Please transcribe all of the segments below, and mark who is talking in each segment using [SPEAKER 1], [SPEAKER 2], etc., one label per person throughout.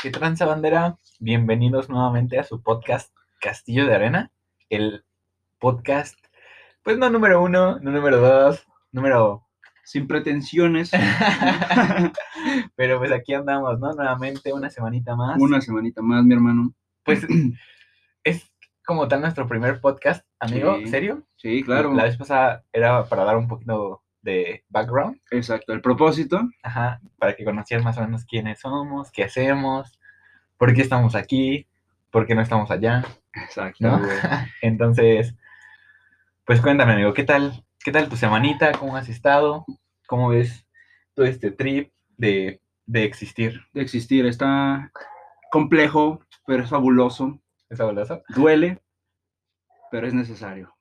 [SPEAKER 1] ¿Qué tranza bandera? Bienvenidos nuevamente a su podcast Castillo de Arena, el podcast, pues no número uno, no número dos, número...
[SPEAKER 2] Sin pretensiones.
[SPEAKER 1] Pero pues aquí andamos, ¿no? Nuevamente una semanita más.
[SPEAKER 2] Una semanita más, mi hermano.
[SPEAKER 1] Pues es como tal nuestro primer podcast, amigo,
[SPEAKER 2] Sí.
[SPEAKER 1] ¿serio?
[SPEAKER 2] Sí, claro.
[SPEAKER 1] La vez pasada era para dar un poquito de background,
[SPEAKER 2] Exacto. El propósito.
[SPEAKER 1] ajá, para que conocieras más o menos quiénes somos, qué hacemos, por qué estamos aquí, por qué no estamos allá.
[SPEAKER 2] Exacto.
[SPEAKER 1] ¿no?
[SPEAKER 2] güey.
[SPEAKER 1] Entonces, pues cuéntame, amigo, ¿qué tal? ¿Qué tal tu semanita? ¿Cómo has estado? ¿Cómo ves todo este trip de, de existir?
[SPEAKER 2] De existir. Está complejo, pero es fabuloso.
[SPEAKER 1] ¿Es fabuloso?
[SPEAKER 2] Duele, pero es necesario.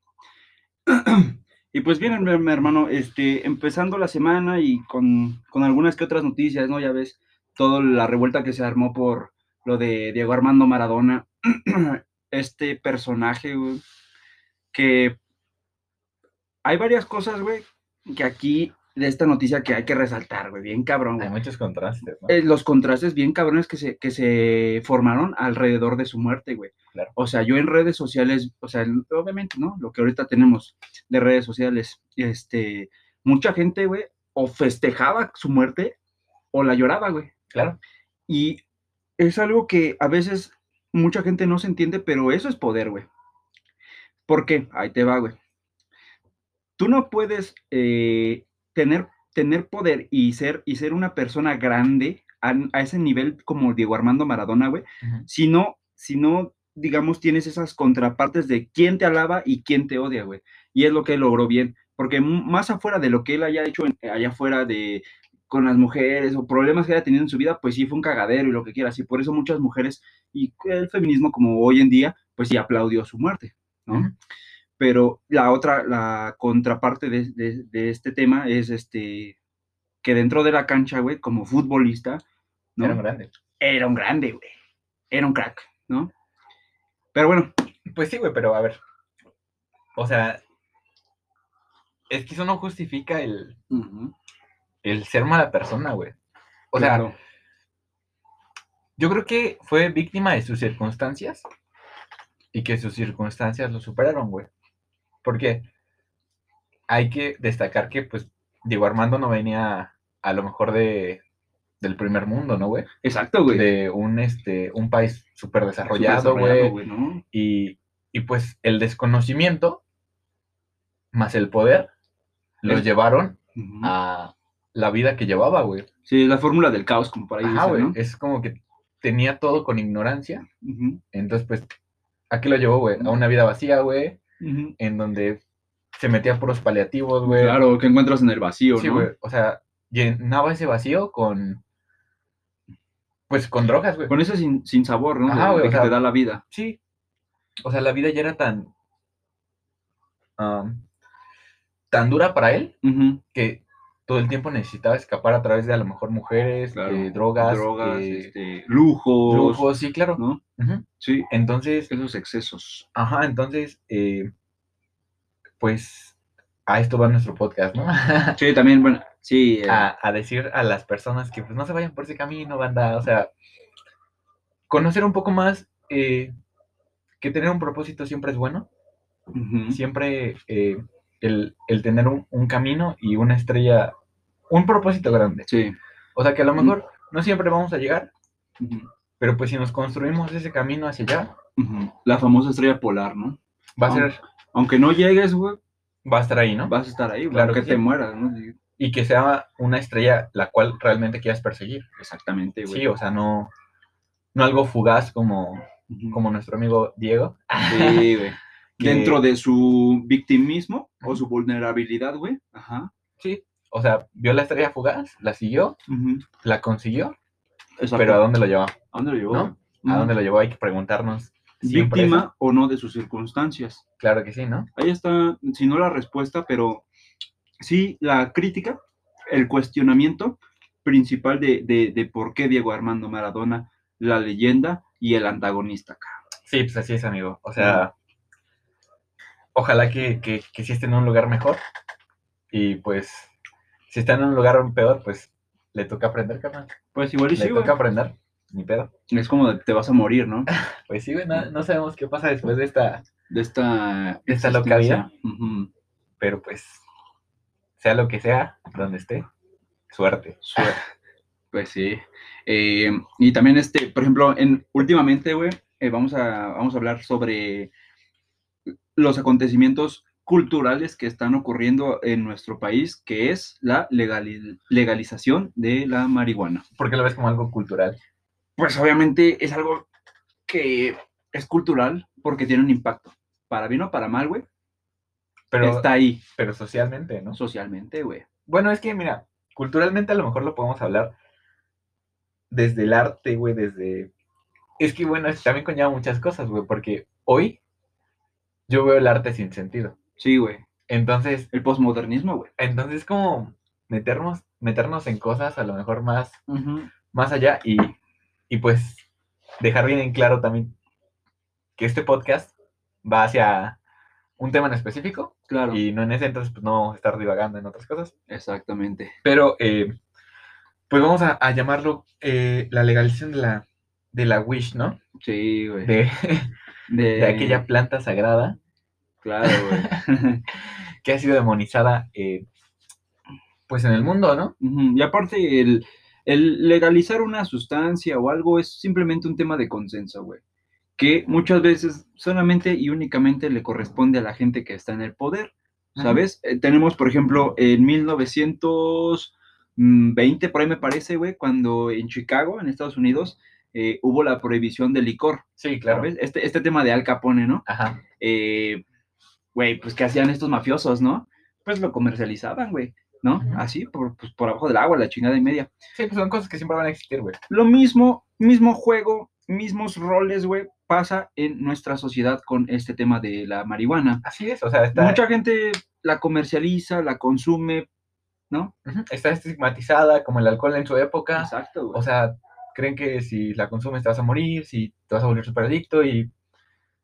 [SPEAKER 2] Y pues bien, mi mi hermano, este, empezando la semana y con, con algunas que otras noticias, ¿no? Ya ves, toda la revuelta que se armó por lo de Diego Armando Maradona, este personaje, güey, que hay varias cosas, güey, que aquí de esta noticia que hay que resaltar, güey, bien cabrón, güey
[SPEAKER 1] Hay muchos contrastes, ¿no?
[SPEAKER 2] eh, los contrastes bien cabrones que se, que se formaron alrededor de su muerte, güey.
[SPEAKER 1] Claro.
[SPEAKER 2] O sea, yo en redes sociales, o sea, el- obviamente, ¿no? Lo que ahorita tenemos de redes sociales, este, mucha gente, güey, o festejaba su muerte o la lloraba, güey.
[SPEAKER 1] Claro,
[SPEAKER 2] Y es algo que a veces mucha gente no se entiende, pero eso es poder, güey. ¿Por qué? Ahí te va, güey. Tú no puedes eh, tener, tener poder y ser, y ser una persona grande a, a ese nivel como Diego Armando Maradona, güey,
[SPEAKER 1] ujú,
[SPEAKER 2] si no, si no, digamos, tienes esas contrapartes de quién te alaba y quién te odia, güey. Y es lo que él logró bien. Porque m- más afuera de lo que él haya hecho en- allá afuera de con las mujeres o problemas que haya tenido en su vida, pues sí fue un cagadero y lo que quieras. Y por eso muchas mujeres y el feminismo como hoy en día, pues sí aplaudió su muerte, ¿no?
[SPEAKER 1] Ujú.
[SPEAKER 2] Pero la otra, la contraparte de, de- de este tema es este, que dentro de la cancha, güey, como futbolista, ¿no?
[SPEAKER 1] eran grandes.
[SPEAKER 2] era un grande, güey. Era un crack, ¿no? Pero bueno,
[SPEAKER 1] Pues sí, güey, pero a ver. O sea, es que eso no justifica el, el ser mala persona, güey. O sea,
[SPEAKER 2] claro,
[SPEAKER 1] Yo creo que fue víctima de sus circunstancias y que sus circunstancias lo superaron, güey. Porque hay que destacar que, pues, Diego Armando no venía a lo mejor de del primer mundo, ¿no, güey?
[SPEAKER 2] exacto, güey.
[SPEAKER 1] De un este un país súper desarrollado,
[SPEAKER 2] Superdesarrollado,
[SPEAKER 1] güey.
[SPEAKER 2] ¿no?
[SPEAKER 1] Y, y, pues el desconocimiento más el poder los
[SPEAKER 2] Es-
[SPEAKER 1] llevaron
[SPEAKER 2] Ujú.
[SPEAKER 1] a la vida que llevaba, güey.
[SPEAKER 2] Sí, es la fórmula del caos, como por ahí
[SPEAKER 1] Ajá,
[SPEAKER 2] dicen,
[SPEAKER 1] güey.
[SPEAKER 2] ¿no?
[SPEAKER 1] Es como que tenía todo con ignorancia.
[SPEAKER 2] Ujú,
[SPEAKER 1] Entonces, pues, ¿a qué lo llevó, güey? A una vida vacía, güey,
[SPEAKER 2] ujú.
[SPEAKER 1] en donde se metía puros paliativos, güey.
[SPEAKER 2] Claro, que encuentras en el vacío,
[SPEAKER 1] Sí,
[SPEAKER 2] ¿no?
[SPEAKER 1] güey. O sea, llenaba ese vacío con, pues, con drogas, güey.
[SPEAKER 2] Con ese sin, sin sabor, ¿no?
[SPEAKER 1] Ajá,
[SPEAKER 2] de,
[SPEAKER 1] güey,
[SPEAKER 2] de
[SPEAKER 1] o
[SPEAKER 2] que
[SPEAKER 1] sea-
[SPEAKER 2] te da la vida.
[SPEAKER 1] Sí. O sea, la vida ya era tan, am, tan dura para él
[SPEAKER 2] Ujú,
[SPEAKER 1] que todo el tiempo necesitaba escapar a través de a lo mejor mujeres,
[SPEAKER 2] claro.
[SPEAKER 1] eh, drogas,
[SPEAKER 2] drogas,
[SPEAKER 1] eh,
[SPEAKER 2] este, lujos,
[SPEAKER 1] lujos, sí, claro.
[SPEAKER 2] ¿no?
[SPEAKER 1] Ujú.
[SPEAKER 2] Sí,
[SPEAKER 1] Entonces,
[SPEAKER 2] esos excesos.
[SPEAKER 1] Ajá, entonces, eh, pues a esto va nuestro podcast, ¿no? a,
[SPEAKER 2] Sí, también, bueno, sí, eh,
[SPEAKER 1] a decir a las personas que pues, no se vayan por ese camino, banda, o sea, conocer un poco más eh, que tener un propósito siempre es bueno,
[SPEAKER 2] ujú,
[SPEAKER 1] siempre eh, el, el tener un, un camino y una estrella, un propósito grande.
[SPEAKER 2] sí.
[SPEAKER 1] O sea que a lo
[SPEAKER 2] Mm.
[SPEAKER 1] mejor no siempre vamos a llegar,
[SPEAKER 2] ujú,
[SPEAKER 1] pero pues si nos construimos ese camino hacia allá,
[SPEAKER 2] ujú. La famosa estrella polar, ¿no?
[SPEAKER 1] va a
[SPEAKER 2] Ah.
[SPEAKER 1] ser,
[SPEAKER 2] Aunque no llegues, güey,
[SPEAKER 1] va a estar ahí, ¿no?
[SPEAKER 2] vas a estar ahí, güey,
[SPEAKER 1] Claro
[SPEAKER 2] aunque
[SPEAKER 1] que
[SPEAKER 2] te
[SPEAKER 1] sí.
[SPEAKER 2] mueras, ¿no? Sí.
[SPEAKER 1] Y que sea una estrella la cual realmente quieras perseguir.
[SPEAKER 2] Exactamente, güey.
[SPEAKER 1] Sí, o sea, no, no algo fugaz como,
[SPEAKER 2] Ujú.
[SPEAKER 1] como nuestro amigo Diego.
[SPEAKER 2] Sí, güey.
[SPEAKER 1] Que-
[SPEAKER 2] Dentro de su victimismo
[SPEAKER 1] Ujú.
[SPEAKER 2] o su vulnerabilidad, güey. Ajá.
[SPEAKER 1] Sí, o sea, vio la estrella fugaz, la siguió,
[SPEAKER 2] Ujú.
[SPEAKER 1] la consiguió,
[SPEAKER 2] Exacto.
[SPEAKER 1] pero ¿a dónde lo llevó?
[SPEAKER 2] ¿A dónde lo llevó?
[SPEAKER 1] ¿No? ¿A dónde
[SPEAKER 2] Ujú.
[SPEAKER 1] lo llevó? Hay que preguntarnos. Siempre
[SPEAKER 2] Víctima
[SPEAKER 1] eso.
[SPEAKER 2] o no de sus circunstancias.
[SPEAKER 1] Claro que sí, ¿no?
[SPEAKER 2] Ahí está, si no la respuesta, pero sí la crítica, el cuestionamiento principal de, de, de por qué Diego Armando Maradona, la leyenda y el antagonista. cabrón.
[SPEAKER 1] Sí, pues así es, amigo. O sea, ojalá que, que, que sí esté en un lugar mejor. Y pues, si está en un lugar peor, pues le toca aprender, carnal.
[SPEAKER 2] Pues igual y
[SPEAKER 1] Le
[SPEAKER 2] sí, güey.
[SPEAKER 1] toca aprender. ni pedo.
[SPEAKER 2] Es como de, te vas a morir, ¿no?
[SPEAKER 1] Pues sí, güey, no, no sabemos qué pasa después de esta,
[SPEAKER 2] De esta...
[SPEAKER 1] de esta loca vida,
[SPEAKER 2] existencia. Ujú.
[SPEAKER 1] pero pues, sea lo que sea, donde esté, suerte.
[SPEAKER 2] Su- Pues sí. Eh, y también, este, por ejemplo, en, últimamente, güey, eh, vamos, a, vamos a hablar sobre los acontecimientos culturales que están ocurriendo en nuestro país, que es la legali- legalización de la marihuana.
[SPEAKER 1] Porque lo ves como algo cultural.
[SPEAKER 2] Pues obviamente es algo que es cultural porque tiene un impacto. Para bien o para mal, güey,
[SPEAKER 1] Pero,
[SPEAKER 2] está ahí
[SPEAKER 1] pero socialmente, ¿no?
[SPEAKER 2] socialmente, güey.
[SPEAKER 1] Bueno, es que, mira, culturalmente a lo mejor lo podemos hablar desde el arte, güey, desde... Es que, bueno, es- también conlleva muchas cosas, güey, porque hoy yo veo el arte sin sentido.
[SPEAKER 2] Sí, güey.
[SPEAKER 1] Entonces,
[SPEAKER 2] El posmodernismo, güey.
[SPEAKER 1] entonces como meternos, meternos en cosas a lo mejor más, más allá y, y pues dejar bien en claro también que este podcast va hacia un tema en específico
[SPEAKER 2] Claro.
[SPEAKER 1] y no en ese entonces pues no vamos a estar divagando en otras cosas.
[SPEAKER 2] Exactamente.
[SPEAKER 1] Pero, eh, pues vamos a, a llamarlo eh, la legalización de la, de la Wish, ¿no?
[SPEAKER 2] Sí, güey.
[SPEAKER 1] De, de aquella planta sagrada
[SPEAKER 2] Claro, güey.
[SPEAKER 1] que ha sido demonizada, eh, pues en el mundo, ¿no?
[SPEAKER 2] Ujú, y aparte, el, el legalizar una sustancia o algo es simplemente un tema de consenso, güey. Que muchas veces solamente y únicamente le corresponde a la gente que está en el poder, ¿sabes? Eh, tenemos, por ejemplo, en 1920, por ahí me parece, güey, cuando en Chicago, en Estados Unidos, eh, hubo la prohibición del licor,
[SPEAKER 1] Sí, claro.
[SPEAKER 2] ¿sabes? Este, este tema de Al Capone, ¿no?
[SPEAKER 1] Ajá.
[SPEAKER 2] eh, güey, pues ¿qué hacían estos mafiosos, ¿no? Pues lo comercializaban, güey, ¿no?
[SPEAKER 1] Ujú.
[SPEAKER 2] Así, por, pues, por abajo del agua, la chingada y media.
[SPEAKER 1] Sí, pues son cosas que siempre van a existir, güey.
[SPEAKER 2] Lo mismo, mismo juego, mismos roles, güey, pasa en nuestra sociedad con este tema de la marihuana.
[SPEAKER 1] Así es, o sea, está,
[SPEAKER 2] Mucha gente la comercializa, la consume, ¿no?
[SPEAKER 1] ujú, está estigmatizada como el alcohol en su época.
[SPEAKER 2] Exacto, güey.
[SPEAKER 1] O sea, creen que si la consumes te vas a morir, si te vas a volver superadicto y...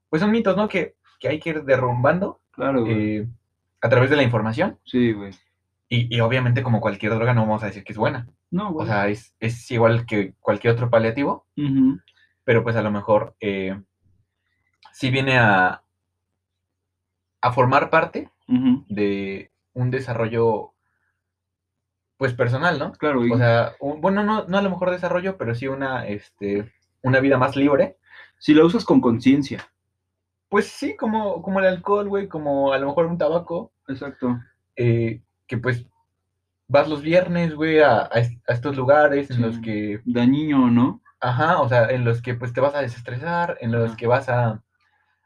[SPEAKER 1] Pues son mitos, ¿no? Que, que hay que ir derrumbando
[SPEAKER 2] claro, güey.
[SPEAKER 1] eh, a través de la información.
[SPEAKER 2] sí, güey.
[SPEAKER 1] Y, y obviamente, como cualquier droga, no vamos a decir que es buena.
[SPEAKER 2] No,
[SPEAKER 1] O
[SPEAKER 2] güey.
[SPEAKER 1] sea, es, es igual que cualquier otro paliativo,
[SPEAKER 2] Ujú.
[SPEAKER 1] pero pues a lo mejor eh, sí viene a, a formar parte
[SPEAKER 2] Ujú.
[SPEAKER 1] de un desarrollo, pues personal, ¿no?
[SPEAKER 2] Claro, güey.
[SPEAKER 1] O sea, un- bueno, no, no a lo mejor desarrollo, pero sí una, este, una vida más libre.
[SPEAKER 2] si la usas con conciencia.
[SPEAKER 1] Pues sí, como, como el alcohol, güey, como a lo mejor un tabaco,
[SPEAKER 2] Exacto.
[SPEAKER 1] eh, que pues vas los viernes, güey, a, a est- a estos lugares en
[SPEAKER 2] Sí.
[SPEAKER 1] los que
[SPEAKER 2] Dañino, ¿no?
[SPEAKER 1] Ajá, o sea, en los que pues te vas a desestresar, en los
[SPEAKER 2] Ajá.
[SPEAKER 1] que vas a,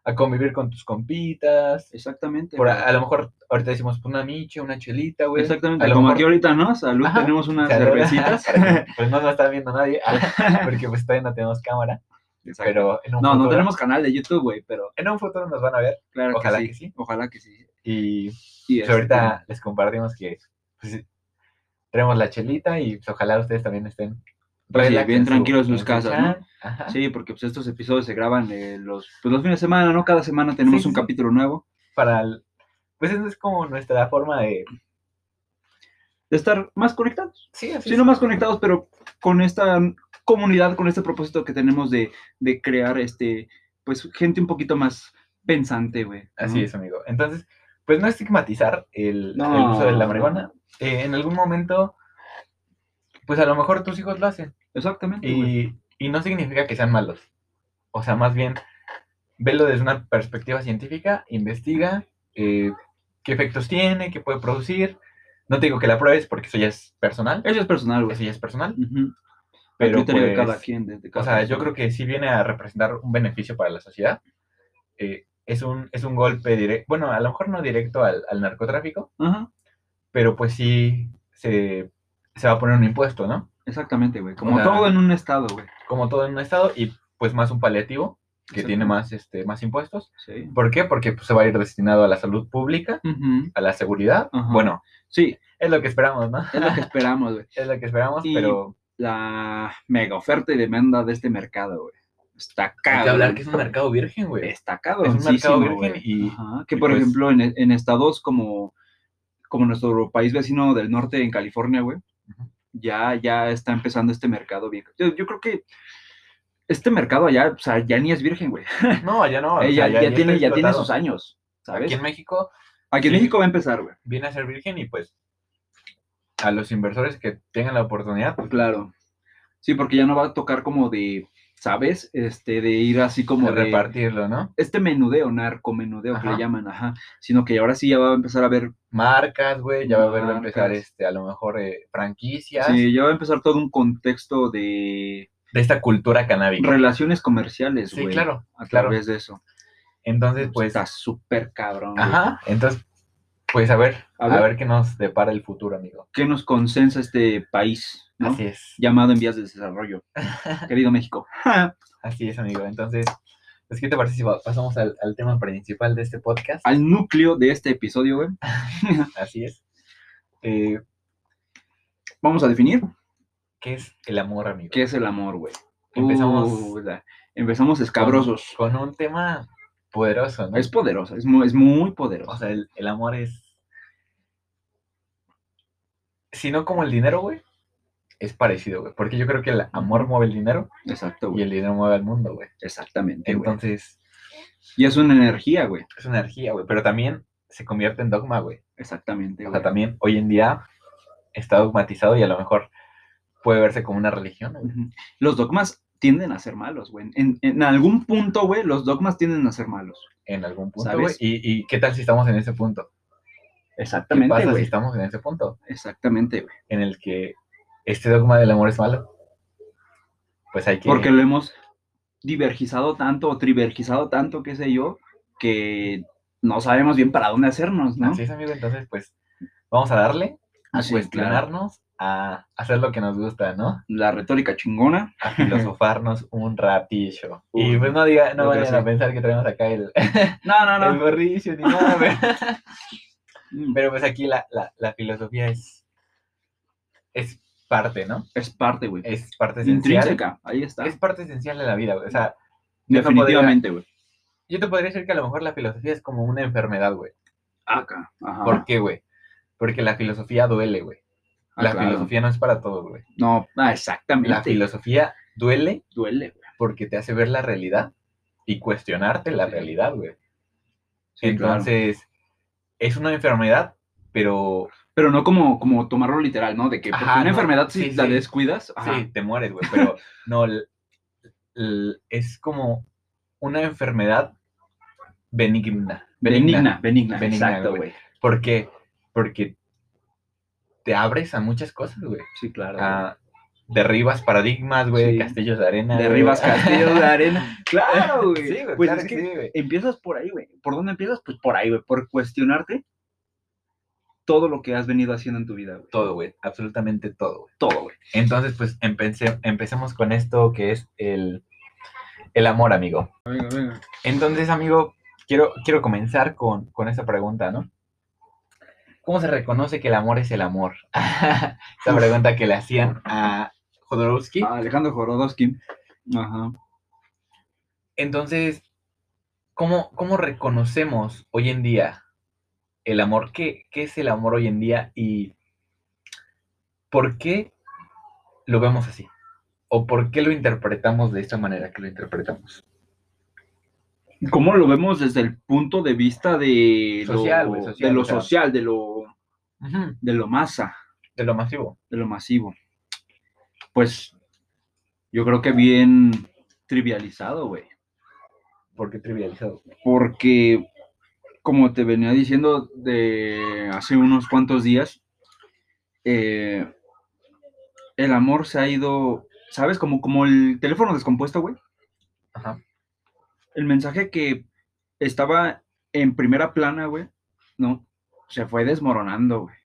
[SPEAKER 1] a convivir con tus compitas.
[SPEAKER 2] Exactamente.
[SPEAKER 1] Por
[SPEAKER 2] güey.
[SPEAKER 1] a, a lo mejor ahorita decimos pues, una miche, una chelita, güey.
[SPEAKER 2] Exactamente,
[SPEAKER 1] a lo
[SPEAKER 2] como
[SPEAKER 1] mejor-
[SPEAKER 2] aquí ahorita, ¿no? Salud,
[SPEAKER 1] Ajá,
[SPEAKER 2] tenemos unas
[SPEAKER 1] Salud.
[SPEAKER 2] cervecitas.
[SPEAKER 1] Pues no nos está viendo nadie, porque pues todavía no tenemos cámara. Pero en un,
[SPEAKER 2] no, no
[SPEAKER 1] futuro,
[SPEAKER 2] tenemos canal de YouTube, güey, pero
[SPEAKER 1] en un futuro nos van a ver.
[SPEAKER 2] claro
[SPEAKER 1] Ojalá
[SPEAKER 2] que, sí.
[SPEAKER 1] que sí.
[SPEAKER 2] Ojalá que sí.
[SPEAKER 1] Y pues,
[SPEAKER 2] Y este,
[SPEAKER 1] ahorita les compartimos que pues, tenemos la chelita y pues, ojalá ustedes también estén
[SPEAKER 2] Pues, sí,
[SPEAKER 1] relax
[SPEAKER 2] bien
[SPEAKER 1] en
[SPEAKER 2] tranquilos en sus
[SPEAKER 1] su
[SPEAKER 2] casas, ¿no?
[SPEAKER 1] chan. Ajá.
[SPEAKER 2] Sí, porque pues, estos episodios se graban eh, los, pues, los fines de semana, ¿no? Cada semana tenemos
[SPEAKER 1] Sí,
[SPEAKER 2] un
[SPEAKER 1] sí.
[SPEAKER 2] capítulo nuevo.
[SPEAKER 1] Para el- pues esa es como nuestra forma de...
[SPEAKER 2] De estar más conectados.
[SPEAKER 1] Sí, así
[SPEAKER 2] Sí, no más conectados, pero con esta comunidad, con este propósito que tenemos de, de crear este, pues, gente un poquito más pensante, güey. ¿no?
[SPEAKER 1] Así es, amigo. Entonces, pues no estigmatizar el,
[SPEAKER 2] No,
[SPEAKER 1] el uso de la
[SPEAKER 2] no.
[SPEAKER 1] marihuana. Eh, en algún momento, pues a lo mejor tus hijos lo hacen.
[SPEAKER 2] Exactamente. güey.
[SPEAKER 1] Y, y no significa que sean malos. O sea, más bien, velo desde una perspectiva científica, investiga eh, qué efectos tiene, qué puede producir. No te digo que la pruebes porque eso ya es personal.
[SPEAKER 2] Eso es personal, güey.
[SPEAKER 1] Eso ya es personal.
[SPEAKER 2] Ujú.
[SPEAKER 1] Pero,
[SPEAKER 2] El criterio de cada
[SPEAKER 1] pues,
[SPEAKER 2] quien, de- de
[SPEAKER 1] O
[SPEAKER 2] cada
[SPEAKER 1] sea, yo
[SPEAKER 2] persona.
[SPEAKER 1] creo que sí viene a representar un beneficio para la sociedad. Eh, es, un, es un golpe directo, bueno, a lo mejor no directo al, al narcotráfico,
[SPEAKER 2] Ajá.
[SPEAKER 1] pero pues sí se, se va a poner un impuesto, ¿no?
[SPEAKER 2] Exactamente, güey. Como
[SPEAKER 1] sea,
[SPEAKER 2] todo en un estado, güey.
[SPEAKER 1] Como todo en un estado y pues más un paliativo que
[SPEAKER 2] Exacto.
[SPEAKER 1] tiene más, este, más impuestos.
[SPEAKER 2] Sí.
[SPEAKER 1] ¿Por qué? Porque pues, se va a ir destinado a la salud pública,
[SPEAKER 2] Ujú.
[SPEAKER 1] a la seguridad.
[SPEAKER 2] Ajá.
[SPEAKER 1] Bueno,
[SPEAKER 2] Sí,
[SPEAKER 1] es lo que esperamos, ¿no?
[SPEAKER 2] es lo que esperamos, güey.
[SPEAKER 1] Es lo que esperamos,
[SPEAKER 2] Y-
[SPEAKER 1] pero
[SPEAKER 2] La mega oferta y demanda de este mercado, güey. Está
[SPEAKER 1] hay
[SPEAKER 2] caro.
[SPEAKER 1] que hablar
[SPEAKER 2] güey.
[SPEAKER 1] que es un mercado virgen, güey.
[SPEAKER 2] Está
[SPEAKER 1] Es un mercado
[SPEAKER 2] cabroncísimo,
[SPEAKER 1] virgen
[SPEAKER 2] güey.
[SPEAKER 1] y
[SPEAKER 2] Ajá, Que,
[SPEAKER 1] y
[SPEAKER 2] por
[SPEAKER 1] pues-
[SPEAKER 2] ejemplo, en, en estados como, como nuestro país vecino del norte, en California, güey,
[SPEAKER 1] Ujú.
[SPEAKER 2] ya, ya está empezando este mercado bien. Yo, yo creo que este mercado allá, o sea, ya ni es virgen, güey.
[SPEAKER 1] No, ya no. Ah, o
[SPEAKER 2] Eh, ya,
[SPEAKER 1] sea,
[SPEAKER 2] ya
[SPEAKER 1] está
[SPEAKER 2] tiene, ya tiene
[SPEAKER 1] explotado.
[SPEAKER 2] sus años, ¿sabes?
[SPEAKER 1] Aquí en México sí.
[SPEAKER 2] México va a empezar, güey.
[SPEAKER 1] viene a ser virgen y pues a los inversores que tengan la oportunidad, pues,
[SPEAKER 2] Claro. Sí, porque ya no va a tocar como de, ¿sabes? Este, de ir así como de...
[SPEAKER 1] repartirlo, ¿no?
[SPEAKER 2] Este menudeo, narcomenudeo que
[SPEAKER 1] Ajá.
[SPEAKER 2] le llaman, ajá. Sino que ahora sí ya va a empezar a ver,
[SPEAKER 1] Marcas, güey, ya va a haber va a empezar
[SPEAKER 2] Marcas.
[SPEAKER 1] este, a lo mejor eh, franquicias
[SPEAKER 2] sí, ya va a empezar todo un contexto de
[SPEAKER 1] de esta cultura canábica.
[SPEAKER 2] relaciones comerciales,
[SPEAKER 1] sí,
[SPEAKER 2] güey.
[SPEAKER 1] claro.
[SPEAKER 2] A
[SPEAKER 1] claro.
[SPEAKER 2] través de eso.
[SPEAKER 1] Entonces, pues,
[SPEAKER 2] Está súper cabrón. güey.
[SPEAKER 1] ajá, entonces, pues a ver,
[SPEAKER 2] A
[SPEAKER 1] a
[SPEAKER 2] ver.
[SPEAKER 1] ver, qué nos depara el futuro, amigo.
[SPEAKER 2] ¿Qué nos consensa este país, no?
[SPEAKER 1] Así es,
[SPEAKER 2] Llamado en vías de desarrollo. Querido México.
[SPEAKER 1] así es, amigo. Entonces, pues, ¿qué te parece si va- pasamos al, al tema principal de este podcast?
[SPEAKER 2] Al núcleo de este episodio, güey.
[SPEAKER 1] Así es. Eh,
[SPEAKER 2] Vamos a definir
[SPEAKER 1] ¿Qué es el amor, amigo?
[SPEAKER 2] qué es el amor, güey.
[SPEAKER 1] Empezamos
[SPEAKER 2] Uh, la- empezamos escabrosos.
[SPEAKER 1] con un tema poderoso, ¿no?
[SPEAKER 2] Es poderosa, es muy, es muy
[SPEAKER 1] O
[SPEAKER 2] poderosa.
[SPEAKER 1] sea, el, el amor es. Si no como el dinero, güey, es parecido, güey. Porque yo creo que el amor mueve el dinero
[SPEAKER 2] Exacto,
[SPEAKER 1] y
[SPEAKER 2] güey.
[SPEAKER 1] el dinero mueve al mundo, güey.
[SPEAKER 2] Exactamente, güey.
[SPEAKER 1] Entonces,
[SPEAKER 2] Y es una energía, güey.
[SPEAKER 1] es una energía, güey. Pero también se convierte en dogma, güey.
[SPEAKER 2] Exactamente,
[SPEAKER 1] O
[SPEAKER 2] güey.
[SPEAKER 1] sea, también hoy en día está dogmatizado y a lo mejor puede verse como una religión, güey.
[SPEAKER 2] Ujú. Los dogmas tienden a ser malos, güey. En, en algún punto, güey, los dogmas tienden a ser malos.
[SPEAKER 1] En algún punto,
[SPEAKER 2] ¿Sabes?
[SPEAKER 1] güey. ¿Y, y qué tal si estamos en ese punto? ¿Qué
[SPEAKER 2] Exactamente,
[SPEAKER 1] pasa si
[SPEAKER 2] güey.
[SPEAKER 1] estamos en ese punto?
[SPEAKER 2] Exactamente, güey.
[SPEAKER 1] En el que este dogma del amor es malo. Pues hay que.
[SPEAKER 2] Porque lo hemos divergizado tanto o trivergizado tanto, qué sé yo, que no sabemos bien para dónde hacernos, ¿no?
[SPEAKER 1] Así es, amigo. Entonces, pues, vamos a darle, a
[SPEAKER 2] Así es, claro.
[SPEAKER 1] cuestionarnos, a hacer lo que nos gusta, ¿no?
[SPEAKER 2] La retórica chingona.
[SPEAKER 1] A filosofarnos un ratillo. y
[SPEAKER 2] Uf,
[SPEAKER 1] pues no diga, no
[SPEAKER 2] yo creo
[SPEAKER 1] vayan a
[SPEAKER 2] sí.
[SPEAKER 1] pensar que traemos acá el,
[SPEAKER 2] No, no,
[SPEAKER 1] el
[SPEAKER 2] no.
[SPEAKER 1] gorrillo ni nada, güey.
[SPEAKER 2] Mm,
[SPEAKER 1] Pero pues aquí la, la, la filosofía es, es parte, ¿no?
[SPEAKER 2] Es parte, güey.
[SPEAKER 1] Es parte esencial.
[SPEAKER 2] Intrínseca, ahí está.
[SPEAKER 1] Es parte esencial de la vida, güey. O sea, yo no podría-
[SPEAKER 2] Definitivamente, güey.
[SPEAKER 1] yo te podría decir que a lo mejor la filosofía es como una enfermedad, güey.
[SPEAKER 2] Acá. Ajá.
[SPEAKER 1] ¿Por qué, güey? Porque la filosofía duele, güey.
[SPEAKER 2] Ah,
[SPEAKER 1] la
[SPEAKER 2] claro.
[SPEAKER 1] filosofía no es para todos, güey.
[SPEAKER 2] No, ah, exactamente.
[SPEAKER 1] La filosofía duele
[SPEAKER 2] duele, güey.
[SPEAKER 1] porque te hace ver la realidad y cuestionarte la
[SPEAKER 2] Sí.
[SPEAKER 1] realidad, güey.
[SPEAKER 2] Sí, claro.
[SPEAKER 1] Entonces, es una enfermedad, pero
[SPEAKER 2] Pero no como, como tomarlo literal, ¿no? De que porque
[SPEAKER 1] Ajá,
[SPEAKER 2] una
[SPEAKER 1] no,
[SPEAKER 2] enfermedad, si
[SPEAKER 1] sí,
[SPEAKER 2] la
[SPEAKER 1] sí.
[SPEAKER 2] descuidas, ajá,
[SPEAKER 1] sí, te mueres, güey. Pero no, l- l- es como una enfermedad benigna.
[SPEAKER 2] benigna, benigna,
[SPEAKER 1] benigna,
[SPEAKER 2] exacto,
[SPEAKER 1] güey.
[SPEAKER 2] güey.
[SPEAKER 1] ¿Por qué? Porque te abres a muchas cosas, güey.
[SPEAKER 2] Sí, claro.
[SPEAKER 1] A- derribas paradigmas, güey,
[SPEAKER 2] Sí.
[SPEAKER 1] castillos de arena. güey.
[SPEAKER 2] Derribas castillos de arena. Claro, güey.
[SPEAKER 1] Sí, güey,
[SPEAKER 2] Pues
[SPEAKER 1] claro
[SPEAKER 2] es
[SPEAKER 1] que
[SPEAKER 2] que
[SPEAKER 1] sí, güey.
[SPEAKER 2] empiezas por ahí, güey. ¿Por dónde empiezas? Pues por ahí, güey. Por cuestionarte todo lo que has venido haciendo en tu vida, güey.
[SPEAKER 1] Todo, güey. Absolutamente todo, güey.
[SPEAKER 2] Todo, güey.
[SPEAKER 1] Entonces, pues empece- empecemos con esto que es el, el amor, amigo.
[SPEAKER 2] Venga, venga.
[SPEAKER 1] Entonces, amigo, quiero, quiero comenzar con, con esa pregunta, ¿no? ¿Cómo se reconoce que el amor es el amor? Esa
[SPEAKER 2] Uf.
[SPEAKER 1] pregunta que le hacían a Jodorowsky.
[SPEAKER 2] Ah, Alejandro Jorodowski. Ajá.
[SPEAKER 1] Entonces, ¿cómo, cómo reconocemos hoy en día el amor? ¿Qué, ¿Qué es el amor hoy en día y por qué lo vemos así? ¿O por qué lo interpretamos de esta manera que lo interpretamos?
[SPEAKER 2] ¿Cómo lo vemos desde el punto de vista de lo
[SPEAKER 1] Social, güey,
[SPEAKER 2] de
[SPEAKER 1] social,
[SPEAKER 2] lo
[SPEAKER 1] o sea.
[SPEAKER 2] social, de lo, de lo masa,
[SPEAKER 1] De lo masivo.
[SPEAKER 2] de lo masivo? Pues yo creo que bien trivializado, güey.
[SPEAKER 1] Porque trivializado.
[SPEAKER 2] porque como te venía diciendo de hace unos cuantos días, eh, el amor se ha ido, ¿sabes? Como, como el teléfono descompuesto, güey.
[SPEAKER 1] Ajá.
[SPEAKER 2] El mensaje que estaba en primera plana, güey, ¿no? Se fue desmoronando, güey.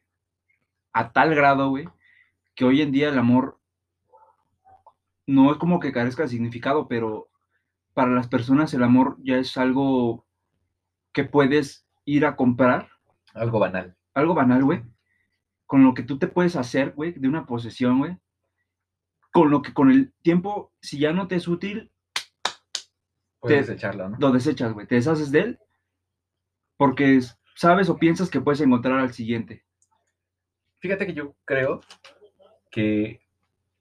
[SPEAKER 2] A tal grado, güey, que hoy en día el amor no es como que carezca de significado, pero para las personas el amor ya es algo que puedes ir a comprar,
[SPEAKER 1] Algo banal.
[SPEAKER 2] algo banal, güey, con lo que tú te puedes hacer, güey, de una posesión, güey, con lo que con el tiempo, si ya no te es útil,
[SPEAKER 1] Puedes
[SPEAKER 2] Te-
[SPEAKER 1] desecharlo, ¿no?
[SPEAKER 2] lo desechas, güey, te deshaces de él, porque es- sabes o piensas que puedes encontrar al siguiente.
[SPEAKER 1] Fíjate que yo creo que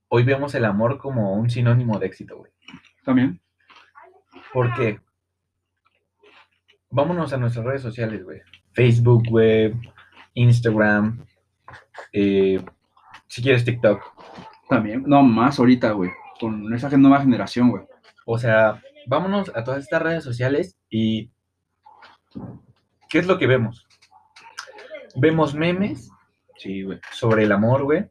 [SPEAKER 1] hoy vemos el amor como un sinónimo de éxito, güey.
[SPEAKER 2] También.
[SPEAKER 1] Porque vámonos a nuestras redes sociales, güey. Facebook, güey, Instagram, eh, si quieres TikTok.
[SPEAKER 2] También. No, más ahorita, güey. Con esa gen- nueva generación, güey.
[SPEAKER 1] O sea, vámonos a todas estas redes sociales y ¿qué es lo que vemos? Vemos memes
[SPEAKER 2] Sí, güey.
[SPEAKER 1] sobre el amor, güey.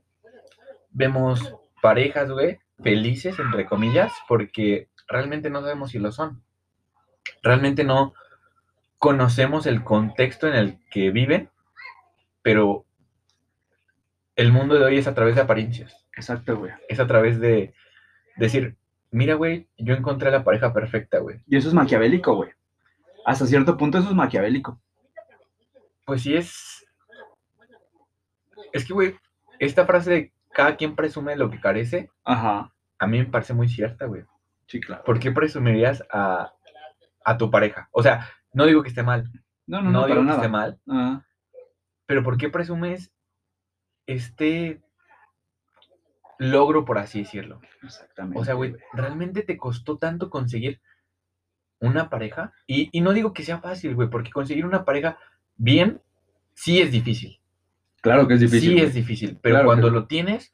[SPEAKER 1] Vemos parejas, güey, felices, entre comillas, porque realmente no sabemos si lo son. Realmente no conocemos el contexto en el que viven, pero el mundo de hoy es a través de apariencias
[SPEAKER 2] Exacto, güey.
[SPEAKER 1] es a través de decir, mira, güey, yo encontré la pareja perfecta, güey.
[SPEAKER 2] Y eso es maquiavélico, güey. Hasta cierto punto eso es maquiavélico.
[SPEAKER 1] Pues sí es... Es que, güey, esta frase de cada quien presume lo que carece,
[SPEAKER 2] Ajá.
[SPEAKER 1] a mí me parece muy cierta, güey.
[SPEAKER 2] Sí, claro.
[SPEAKER 1] ¿Por qué presumirías a, a tu pareja? O sea, no digo que esté mal,
[SPEAKER 2] No,
[SPEAKER 1] no,
[SPEAKER 2] no, no, para
[SPEAKER 1] digo que
[SPEAKER 2] nada.
[SPEAKER 1] esté mal,
[SPEAKER 2] Ah,
[SPEAKER 1] pero ¿por qué presumes este logro, por así decirlo?
[SPEAKER 2] exactamente.
[SPEAKER 1] O sea, güey, realmente te costó tanto conseguir una pareja. Y, y no digo que sea fácil, güey, porque conseguir una pareja bien sí es difícil.
[SPEAKER 2] Claro que es difícil.
[SPEAKER 1] sí
[SPEAKER 2] güey.
[SPEAKER 1] es difícil. Pero
[SPEAKER 2] Claro que-
[SPEAKER 1] cuando lo tienes,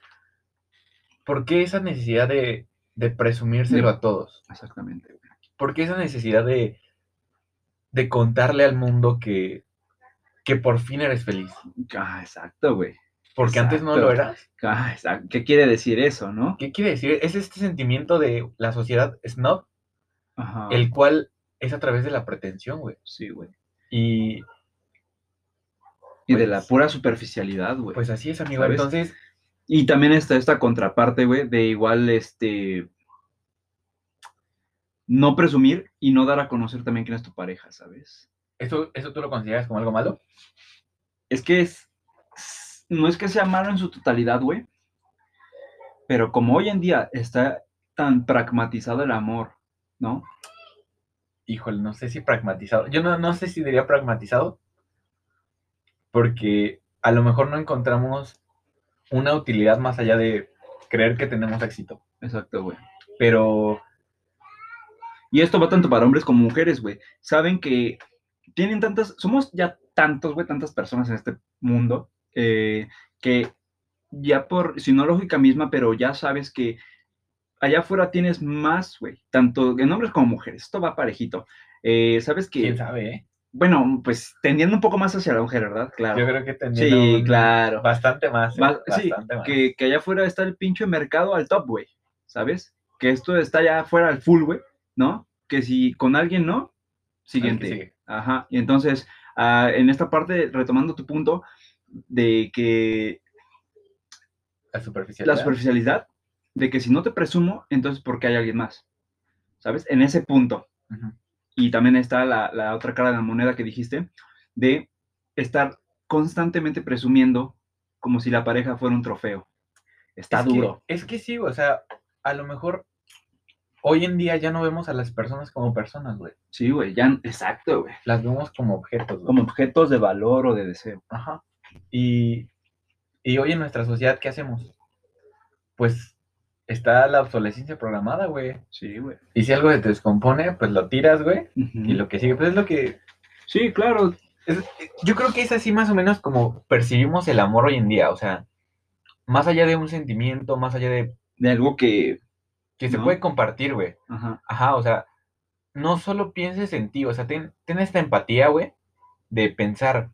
[SPEAKER 1] ¿por qué esa necesidad de, de presumírselo
[SPEAKER 2] De-
[SPEAKER 1] a todos?
[SPEAKER 2] Exactamente, güey.
[SPEAKER 1] ¿Por qué esa necesidad de, de contarle al mundo que, que por fin eres feliz?
[SPEAKER 2] Ah, exacto, güey.
[SPEAKER 1] Porque antes no lo
[SPEAKER 2] Exacto.
[SPEAKER 1] eras.
[SPEAKER 2] Ah, exacto. ¿Qué quiere decir eso, no?
[SPEAKER 1] ¿Qué quiere decir? Es este sentimiento de la sociedad snob,
[SPEAKER 2] Ajá.
[SPEAKER 1] el cual es a través de la pretensión, güey.
[SPEAKER 2] Sí, güey.
[SPEAKER 1] Y
[SPEAKER 2] Y de
[SPEAKER 1] Pues-
[SPEAKER 2] la pura superficialidad, güey.
[SPEAKER 1] Pues así es, amigo.
[SPEAKER 2] ¿Sabes?
[SPEAKER 1] Entonces,
[SPEAKER 2] Y también está esta contraparte, güey, de igual, este, no presumir y no dar a conocer también quién es tu pareja, ¿sabes?
[SPEAKER 1] ¿eso, ¿eso tú lo consideras como algo malo?
[SPEAKER 2] Es que es, no es que sea malo en su totalidad, güey, pero como hoy en día está tan pragmatizado el amor, ¿no?
[SPEAKER 1] Híjole, no sé si pragmatizado. Yo no, no sé si diría pragmatizado, porque a lo mejor no encontramos una utilidad más allá de creer que tenemos éxito.
[SPEAKER 2] Exacto, güey.
[SPEAKER 1] Pero
[SPEAKER 2] Y esto va tanto para hombres como mujeres, güey. Saben que tienen tantas, somos ya tantos, güey, tantas personas en este mundo, eh, que ya por, si no lógica misma, pero ya sabes que allá afuera tienes más, güey, tanto en hombres como mujeres. Esto va parejito. Eh, sabes que,
[SPEAKER 1] quién sabe, ¿eh?
[SPEAKER 2] bueno, pues tendiendo un poco más hacia la mujer, ¿verdad?
[SPEAKER 1] Yo
[SPEAKER 2] Claro.
[SPEAKER 1] creo que tendría
[SPEAKER 2] Sí, claro.
[SPEAKER 1] bastante más. ¿eh?
[SPEAKER 2] Va- sí,
[SPEAKER 1] bastante más.
[SPEAKER 2] Que, que allá afuera está el pinche mercado al top, güey. ¿Sabes? Que esto está allá afuera al full, güey, ¿no? Que si con alguien no,
[SPEAKER 1] Al que
[SPEAKER 2] siguiente.
[SPEAKER 1] sigue.
[SPEAKER 2] Ajá, y entonces, ah, en esta parte, retomando tu punto de que
[SPEAKER 1] La superficial.
[SPEAKER 2] la superficialidad, de que si no te presumo, entonces ¿por qué hay alguien más? ¿Sabes? En ese punto. Y también está la, la otra cara de la moneda que dijiste, de estar constantemente presumiendo como si la pareja fuera un trofeo. Está
[SPEAKER 1] es
[SPEAKER 2] duro.
[SPEAKER 1] Que, es que sí, o sea, a lo mejor hoy en día ya no vemos a las personas como personas, güey.
[SPEAKER 2] Sí, güey, ya, exacto, güey.
[SPEAKER 1] Las vemos como objetos, güey.
[SPEAKER 2] Como objetos de valor o de deseo.
[SPEAKER 1] Ajá. Y, y hoy en nuestra sociedad, ¿qué hacemos? Pues está la obsolescencia programada, güey.
[SPEAKER 2] Sí, güey.
[SPEAKER 1] Y si algo se te descompone, pues lo tiras, güey. Y lo que sigue, pues es lo que...
[SPEAKER 2] Sí, claro.
[SPEAKER 1] es- yo creo que es así más o menos como percibimos el amor hoy en día. O sea, más allá de un sentimiento, más allá de...
[SPEAKER 2] De algo que...
[SPEAKER 1] Que se
[SPEAKER 2] No.
[SPEAKER 1] puede compartir, güey.
[SPEAKER 2] Ajá.
[SPEAKER 1] Ajá, o sea, no solo pienses en ti, o sea, ten, ten esta empatía, güey, de pensar.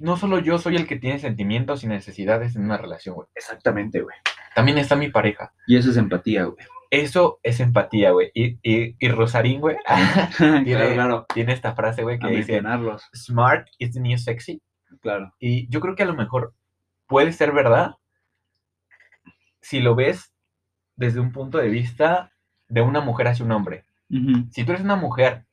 [SPEAKER 1] No solo yo soy el que tiene sentimientos y necesidades en una relación, güey.
[SPEAKER 2] Exactamente, güey.
[SPEAKER 1] También está mi pareja.
[SPEAKER 2] Y eso es empatía, güey.
[SPEAKER 1] Eso es empatía, güey. Y, y, y Rosarín, güey,
[SPEAKER 2] claro,
[SPEAKER 1] Tiene-
[SPEAKER 2] claro.
[SPEAKER 1] tiene esta frase, güey, que
[SPEAKER 2] A
[SPEAKER 1] dice,
[SPEAKER 2] mencionarlos.
[SPEAKER 1] smart is the new sexy.
[SPEAKER 2] Claro.
[SPEAKER 1] Y yo creo que a lo mejor puede ser verdad si lo ves desde un punto de vista de una mujer hacia un hombre.
[SPEAKER 2] Ujú.
[SPEAKER 1] si tú eres una mujer,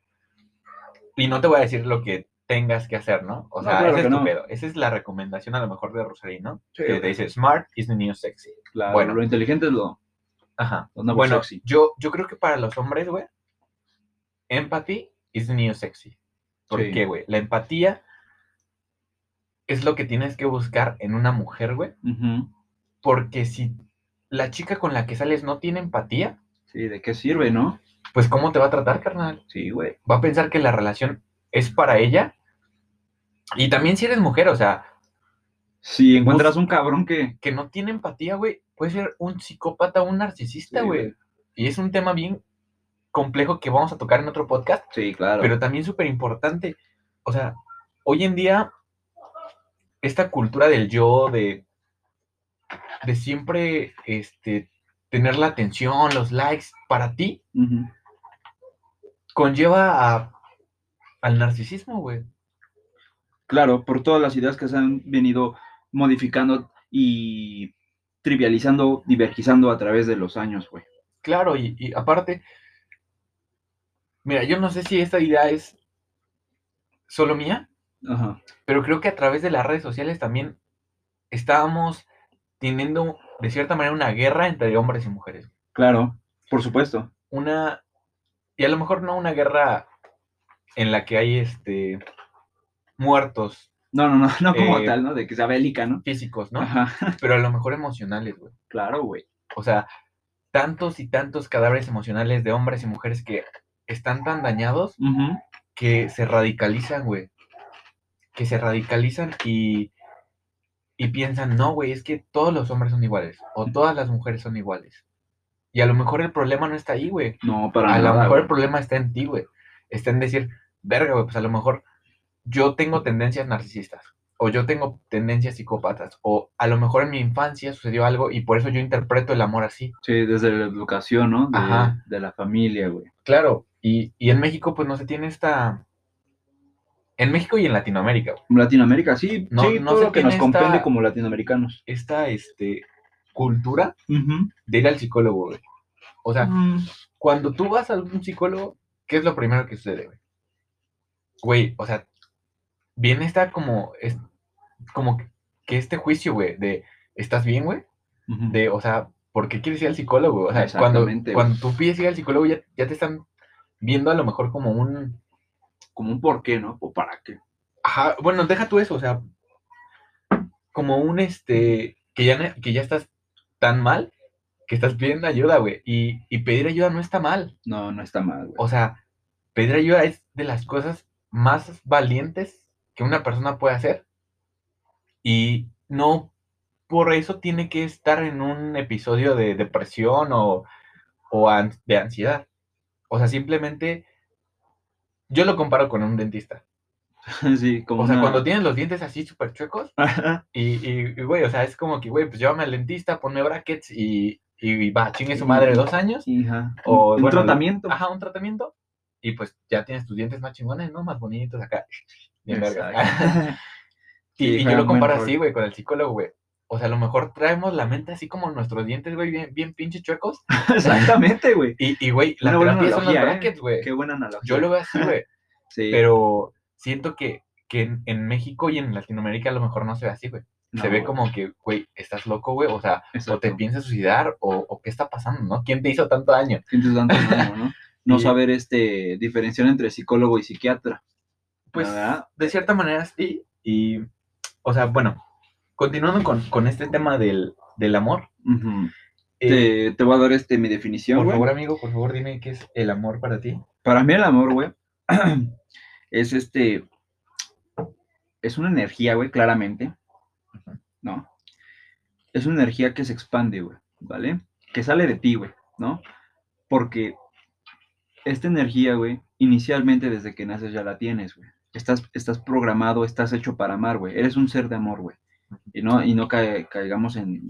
[SPEAKER 1] y no te voy a decir lo que tengas que hacer, ¿no? O
[SPEAKER 2] No,
[SPEAKER 1] sea,
[SPEAKER 2] claro
[SPEAKER 1] ese es
[SPEAKER 2] que
[SPEAKER 1] tu
[SPEAKER 2] no.
[SPEAKER 1] pedo. Esa es la recomendación a lo mejor de Rosarino, ¿no?
[SPEAKER 2] Sí,
[SPEAKER 1] que te
[SPEAKER 2] güey.
[SPEAKER 1] dice, smart is the new sexy.
[SPEAKER 2] Claro,
[SPEAKER 1] bueno.
[SPEAKER 2] lo inteligente es lo,
[SPEAKER 1] Ajá.
[SPEAKER 2] lo nuevo
[SPEAKER 1] bueno,
[SPEAKER 2] sexy.
[SPEAKER 1] yo, yo creo que para los hombres, güey, empathy is the new sexy. ¿Por
[SPEAKER 2] Sí.
[SPEAKER 1] qué, güey? La empatía es lo que tienes que buscar en una mujer, güey.
[SPEAKER 2] Ujú.
[SPEAKER 1] Porque si la chica con la que sales no tiene empatía,
[SPEAKER 2] Sí, ¿de qué sirve, no?
[SPEAKER 1] Pues, ¿cómo te va a tratar, carnal?
[SPEAKER 2] Sí, güey.
[SPEAKER 1] Va a pensar que la relación es para ella. Y también si eres mujer, o sea,
[SPEAKER 2] Si encuentras un cabrón que.
[SPEAKER 1] que no tiene empatía, güey, puede ser un psicópata o un narcisista,
[SPEAKER 2] Sí,
[SPEAKER 1] güey.
[SPEAKER 2] güey.
[SPEAKER 1] Y es un tema bien complejo que vamos a tocar en otro podcast,
[SPEAKER 2] Sí, claro.
[SPEAKER 1] pero también súper importante. O sea, hoy en día, esta cultura del yo, de, de siempre este, tener la atención, los likes para ti,
[SPEAKER 2] Ujú.
[SPEAKER 1] conlleva a- al narcisismo, güey.
[SPEAKER 2] Claro, por todas las ideas que se han venido modificando y trivializando, divergizando a través de los años, güey.
[SPEAKER 1] Claro, y, y aparte, mira, yo no sé si esta idea es solo mía,
[SPEAKER 2] Ajá.
[SPEAKER 1] pero creo que a través de las redes sociales también estábamos teniendo de cierta manera una guerra entre hombres y mujeres.
[SPEAKER 2] Claro, por supuesto.
[SPEAKER 1] Una, y a lo mejor no una guerra en la que hay este muertos
[SPEAKER 2] No, no, no, no como
[SPEAKER 1] Eh,
[SPEAKER 2] tal, ¿no? De que sea bélica, ¿no?
[SPEAKER 1] físicos, ¿no?
[SPEAKER 2] Ajá.
[SPEAKER 1] Pero a lo mejor emocionales, güey.
[SPEAKER 2] Claro, güey.
[SPEAKER 1] O sea, tantos y tantos cadáveres emocionales de hombres y mujeres que están tan dañados
[SPEAKER 2] Ujú.
[SPEAKER 1] que se radicalizan, güey. Que se radicalizan y, y piensan, no, güey, es que todos los hombres son iguales o todas las mujeres son iguales. Y a lo mejor el problema no está ahí, güey.
[SPEAKER 2] No, para
[SPEAKER 1] A
[SPEAKER 2] nada.
[SPEAKER 1] lo mejor el
[SPEAKER 2] güey.
[SPEAKER 1] problema está en ti, güey. Está en decir, verga, güey, pues a lo mejor yo tengo tendencias narcisistas o yo tengo tendencias psicópatas o a lo mejor en mi infancia sucedió algo y por eso yo interpreto el amor así.
[SPEAKER 2] Sí, desde la educación, ¿no? De,
[SPEAKER 1] Ajá.
[SPEAKER 2] de la familia, güey.
[SPEAKER 1] Claro, y, y en México pues no se tiene esta... En México y en Latinoamérica, güey.
[SPEAKER 2] Latinoamérica, sí,
[SPEAKER 1] No-
[SPEAKER 2] sí,
[SPEAKER 1] no
[SPEAKER 2] todo
[SPEAKER 1] se
[SPEAKER 2] lo que nos
[SPEAKER 1] tiene
[SPEAKER 2] comprende
[SPEAKER 1] esta-
[SPEAKER 2] como latinoamericanos.
[SPEAKER 1] esta este, cultura de ir al psicólogo, güey. O sea,
[SPEAKER 2] Mm,
[SPEAKER 1] cuando tú vas a un psicólogo, ¿qué es lo primero que sucede, güey? Güey, o sea, viene esta como, es, como que este juicio, güey, de, ¿estás bien, güey?
[SPEAKER 2] ujú.
[SPEAKER 1] De, o sea, ¿por qué quieres ir al psicólogo? O sea, cuando,
[SPEAKER 2] Exactamente, güey.
[SPEAKER 1] cuando tú pides ir al psicólogo, ya, ya te están viendo a lo mejor como un...
[SPEAKER 2] Como un por qué, ¿no? O para qué.
[SPEAKER 1] Ajá, bueno, deja tú eso, o sea, como un este, que ya, ne- que ya estás tan mal que estás pidiendo ayuda, güey. Y, y pedir ayuda no está mal.
[SPEAKER 2] No, no está mal, güey.
[SPEAKER 1] O sea, pedir ayuda es de las cosas más valientes que una persona puede hacer. Y no por eso tiene que estar en un episodio de depresión o, o an- de ansiedad. O sea, simplemente yo lo comparo con un dentista.
[SPEAKER 2] sí, como
[SPEAKER 1] O sea,
[SPEAKER 2] una-
[SPEAKER 1] cuando tienes los dientes así súper chuecos,
[SPEAKER 2] Ajá,
[SPEAKER 1] y, y, y, güey, o sea, es como que, güey, pues llévame al dentista, ponme brackets y, y va, chingue su madre dos años.
[SPEAKER 2] sí, ajá.
[SPEAKER 1] O,
[SPEAKER 2] un
[SPEAKER 1] bueno, ah,
[SPEAKER 2] tratamiento.
[SPEAKER 1] Ajá, un tratamiento. Y pues ya tienes tus dientes más chingones, ¿no? Más bonitos acá. Bien verga.
[SPEAKER 2] Exacto.
[SPEAKER 1] Y,
[SPEAKER 2] Sí,
[SPEAKER 1] y
[SPEAKER 2] fue
[SPEAKER 1] yo lo
[SPEAKER 2] un buen
[SPEAKER 1] comparo
[SPEAKER 2] rol.
[SPEAKER 1] así, güey, con el psicólogo, güey. O sea, a lo mejor traemos la mente así como nuestros dientes, güey, bien, bien pinche chuecos.
[SPEAKER 2] Exactamente, güey.
[SPEAKER 1] Y, y, güey, la
[SPEAKER 2] Una buena
[SPEAKER 1] terapia son los
[SPEAKER 2] analogía, ¿eh?
[SPEAKER 1] brackets, güey.
[SPEAKER 2] Qué buena analogía.
[SPEAKER 1] Yo lo veo así, güey.
[SPEAKER 2] Sí,
[SPEAKER 1] Pero siento que, que en, en México y en Latinoamérica a lo mejor no se ve así, güey. se
[SPEAKER 2] no,
[SPEAKER 1] ve
[SPEAKER 2] güey.
[SPEAKER 1] como que, güey, estás loco, güey. O sea, o te
[SPEAKER 2] Exacto.
[SPEAKER 1] piensas suicidar o, o qué está pasando, ¿no? ¿Quién te hizo tanto daño?
[SPEAKER 2] Sientes tanto ánimo, ¿no? No
[SPEAKER 1] Y-
[SPEAKER 2] saber este diferenciar entre psicólogo y psiquiatra.
[SPEAKER 1] Pues,
[SPEAKER 2] ¿Verdad?
[SPEAKER 1] de cierta manera, sí. Y, o sea, bueno, continuando con, con este tema del, del amor.
[SPEAKER 2] Ujú.
[SPEAKER 1] eh,
[SPEAKER 2] te, te voy a dar este mi definición,
[SPEAKER 1] por
[SPEAKER 2] güey.
[SPEAKER 1] favor, amigo, por favor, dime qué es el amor para ti.
[SPEAKER 2] Para mí el amor, güey, es este, es una energía, güey, claramente,
[SPEAKER 1] Ujú.
[SPEAKER 2] ¿no? Es una energía que se expande, güey, ¿vale? Que sale de ti, güey, ¿no? Porque esta energía, güey, inicialmente desde que naces ya la tienes, güey. Estás, estás programado, estás hecho para amar, güey. Eres un ser de amor, güey. Y no, y no ca- caigamos en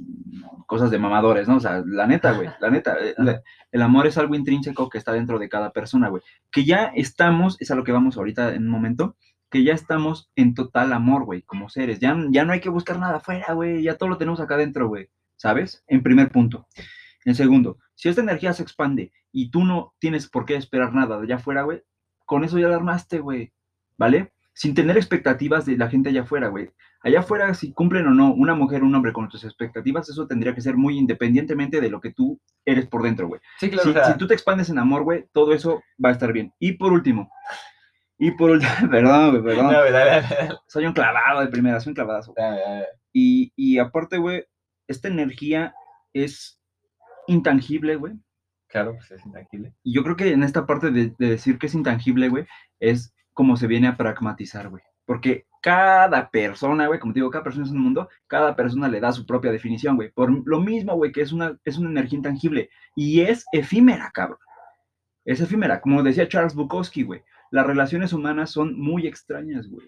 [SPEAKER 2] cosas de mamadores, ¿no? O sea, la neta, güey, la neta. eh, la- el amor es algo intrínseco que está dentro de cada persona, güey. Que ya estamos, es a lo que vamos ahorita en un momento, que ya estamos en total amor, güey, como seres. Ya, ya no hay que buscar nada afuera, güey. Ya todo lo tenemos acá adentro, güey. ¿Sabes? En primer punto. En segundo, si esta energía se expande y tú no tienes por qué esperar nada de allá afuera, güey, con eso ya la armaste, güey. ¿Vale? Sin tener expectativas de la gente allá afuera, güey. Allá afuera, si cumplen o no una mujer o un hombre con tus expectativas, eso tendría que ser muy independientemente de lo que tú eres por dentro, güey
[SPEAKER 1] Sí,
[SPEAKER 2] si, si tú te expandes en amor, güey, todo eso va a estar bien. Y por último, y por último, perdón, güey, perdón,
[SPEAKER 1] dale, dale, dale,
[SPEAKER 2] soy un clavado de primera, soy un clavadazo. güey.
[SPEAKER 1] dale, dale.
[SPEAKER 2] Y, y aparte, güey, esta energía es intangible, güey.
[SPEAKER 1] Claro, pues es intangible.
[SPEAKER 2] Y yo creo que en esta parte de, de decir que es intangible, güey, es como se viene a pragmatizar, güey. Porque cada persona, güey, como te digo, cada persona es un mundo, cada persona le da su propia definición, güey. Por lo mismo, güey, que es una, es una energía intangible y es efímera, cabrón. Es efímera, como decía Charles Bukowski, güey. Las relaciones humanas son muy extrañas, güey.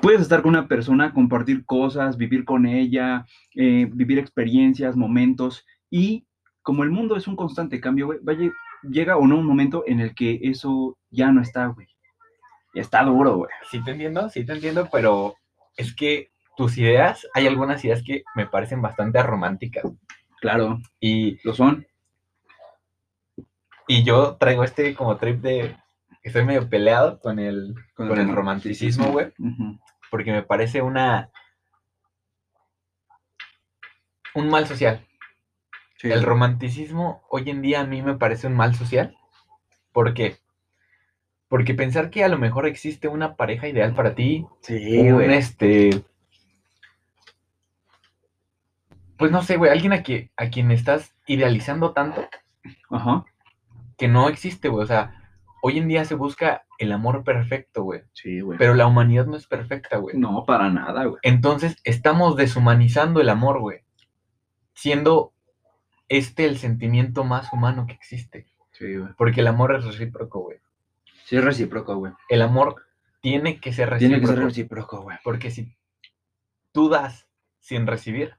[SPEAKER 2] Puedes estar con una persona, compartir cosas, vivir con ella, eh, vivir experiencias, momentos, y como el mundo es un constante cambio, güey, va a lle- llega o no un momento en el que eso ya no está, güey. Está duro, güey.
[SPEAKER 1] Sí te entiendo, sí te entiendo, pero es que tus ideas, hay algunas ideas que me parecen bastante románticas.
[SPEAKER 2] Claro,
[SPEAKER 1] Y,
[SPEAKER 2] lo son.
[SPEAKER 1] y yo traigo este como trip de... Estoy medio peleado con el, con el romanticismo, güey.
[SPEAKER 2] Ujú.
[SPEAKER 1] porque me parece una un mal social.
[SPEAKER 2] Sí.
[SPEAKER 1] El romanticismo hoy en día a mí me parece un mal social. ¿Por qué? Porque pensar que a lo mejor existe una pareja ideal para ti,
[SPEAKER 2] Sí,
[SPEAKER 1] un
[SPEAKER 2] güey.
[SPEAKER 1] este pues no sé, güey, alguien a, que, a quien estás idealizando tanto
[SPEAKER 2] Ajá.
[SPEAKER 1] que no existe, güey, o sea, hoy en día se busca el amor perfecto, güey,
[SPEAKER 2] Sí, güey.
[SPEAKER 1] pero la humanidad no es perfecta, güey.
[SPEAKER 2] No, para nada, güey.
[SPEAKER 1] Entonces estamos deshumanizando el amor, güey. Siendo este el sentimiento más humano que existe.
[SPEAKER 2] Sí, güey.
[SPEAKER 1] Porque el amor es recíproco, güey.
[SPEAKER 2] Sí, es recíproco, güey.
[SPEAKER 1] El amor tiene que ser recíproco.
[SPEAKER 2] Tiene que ser recíproco, güey.
[SPEAKER 1] Porque si tú das sin recibir,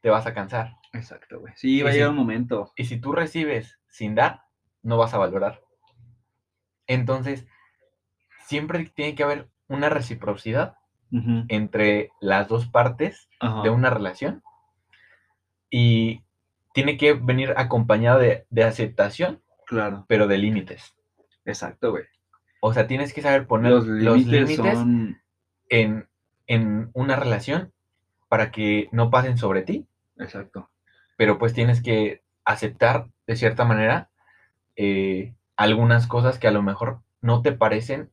[SPEAKER 1] te vas a cansar.
[SPEAKER 2] Exacto, güey. Sí,
[SPEAKER 1] Sí,
[SPEAKER 2] va a llegar
[SPEAKER 1] sí.
[SPEAKER 2] un momento.
[SPEAKER 1] Y si tú recibes sin dar, no vas a valorar. Entonces, siempre tiene que haber una reciprocidad
[SPEAKER 2] Ujú.
[SPEAKER 1] entre las dos partes
[SPEAKER 2] Ajá.
[SPEAKER 1] de una relación y tiene que venir acompañado de, de aceptación,
[SPEAKER 2] Claro.
[SPEAKER 1] pero de límites.
[SPEAKER 2] Exacto, güey.
[SPEAKER 1] O sea, tienes que saber poner
[SPEAKER 2] Los
[SPEAKER 1] los
[SPEAKER 2] límites
[SPEAKER 1] límites
[SPEAKER 2] son.
[SPEAKER 1] en, en una relación para que no pasen sobre ti,
[SPEAKER 2] Exacto.
[SPEAKER 1] pero pues tienes que aceptar de cierta manera eh, algunas cosas que a lo mejor no te parecen